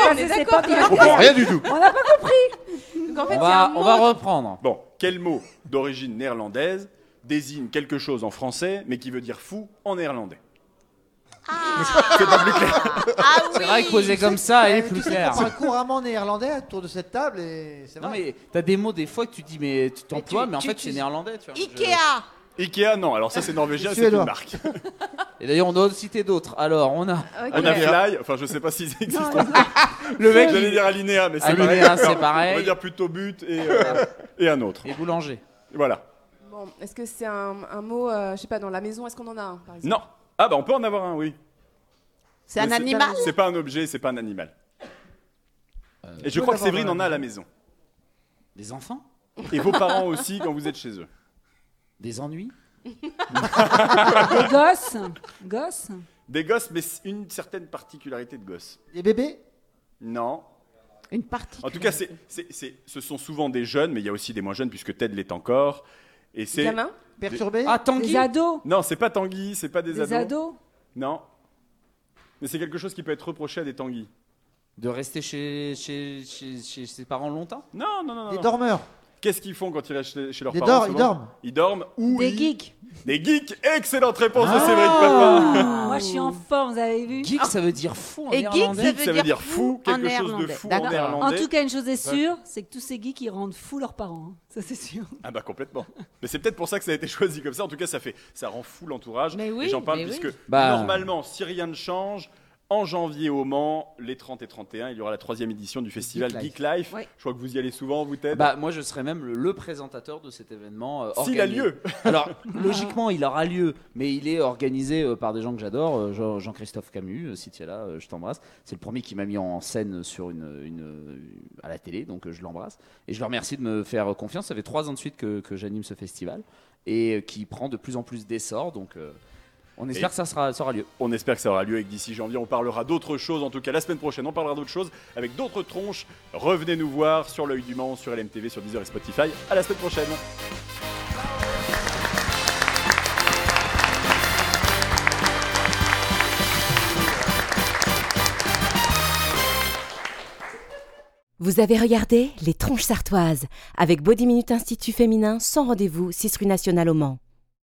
parce que c'est pas- Je comprends rien du tout. Donc, en fait, On il y a un va, on va mot- reprendre. Bon, quel mot d'origine néerlandaise désigne quelque chose en français, mais qui veut dire fou en néerlandais Ah oui. C'est vrai que posé comme ça, Ah, elle est plus claire. On parle couramment néerlandais autour de cette table et c'est Non vrai. mais t'as des mots des fois que tu dis mais tu t'emploies Mais tu- mais en tu- fait tu- c'est néerlandais tu vois. Je- Ikea. Ikea, non. Alors ça, c'est norvégien, c'est une Suédois. marque. Et d'ailleurs on doit citer d'autres. Alors on [LAUGHS] a Ok. Ah, On a Fly, enfin, je sais pas s'ils existent. [LAUGHS] le mec J'allais qui- dire Alinéa, mais c'est pareil. Alinéa c'est On va pareil dire plutôt but et, euh, et un autre. et boulanger. Voilà. Bon, est-ce que c'est un, un mot, euh, je sais pas, dans la maison, est-ce qu'on en a un, par exemple Non. Ah bah on peut en avoir un, oui. C'est un Mais animal. C'est pas un objet, c'est pas un animal. et je Euh, on crois peut que Séverine l'avoir en a à la maison. Des enfants Et vos parents aussi quand vous êtes chez eux. Des ennuis Des gosses Gosses Des gosses, mais une certaine particularité de gosses. Des bébés Non. Une partie. En tout cas, c'est, c'est- c'est- ce sont souvent des jeunes, mais il y a aussi des moins jeunes puisque Ted l'est encore. Et c'est Gamin perturbés Ah Des Tanguy ados non, c'est pas Tanguy, c'est pas des, Des ados Non, mais c'est quelque chose qui peut être reproché à des Tanguy. De rester chez, chez, chez- chez ses parents longtemps Non, non, non. Des non. dormeurs. Qu'est-ce qu'ils font quand ils restent chez, chez leurs Des parents dors, ils souvent dorment. Ils dorment ou Des ils- geeks. Des geeks. Excellente réponse de Ah. Sévéric Papin. Moi, je suis oh. en forme, vous avez vu Geek, ça veut dire fou en Et geek, néerlandais. ça Geek, veut, ça veut dire fou, en quelque chose de néerlandais. fou en D'accord. néerlandais. En tout cas, une chose est sûre, c'est que tous ces geeks, ils rendent fous leurs parents. hein. Ça, c'est sûr. Ah bah complètement. Mais c'est peut-être pour ça que ça a été choisi comme ça. En tout cas, ça fait, ça rend fou l'entourage. Mais oui, Et j'en parle mais oui. puisque Bah. normalement, si rien ne change, en janvier au Mans, les 30 et 31, il y aura la troisième édition du festival Geek Geek Life. Ouais. Je crois que vous y allez souvent, vous Ted. Bah, moi, je serais même le, le présentateur de cet événement. euh, S'il a organisé. lieu. Alors, logiquement, il aura lieu, mais il est organisé euh, par des gens que j'adore, euh, genre Jean-Christophe Camus, euh, si tu es là, euh, je t'embrasse. C'est le premier qui m'a mis en scène sur une, une, euh, à la télé, donc euh, je l'embrasse. Et je le remercie de me faire confiance. Ça fait trois ans de suite que, que j'anime ce festival et euh, qui prend de plus en plus d'essor, donc euh, on espère Et- que ça, sera, ça aura lieu. On espère que ça aura lieu et que d'ici janvier, on parlera d'autres choses. En tout cas, la semaine prochaine, on parlera d'autres choses avec d'autres tronches. Revenez nous voir sur l'œil du Mans, sur LMTV, sur Deezer et Spotify. À la semaine prochaine. Vous avez regardé Les Tronches Sartoises avec Body Minute Institut Féminin sans rendez-vous 6 rue Nationale au Mans.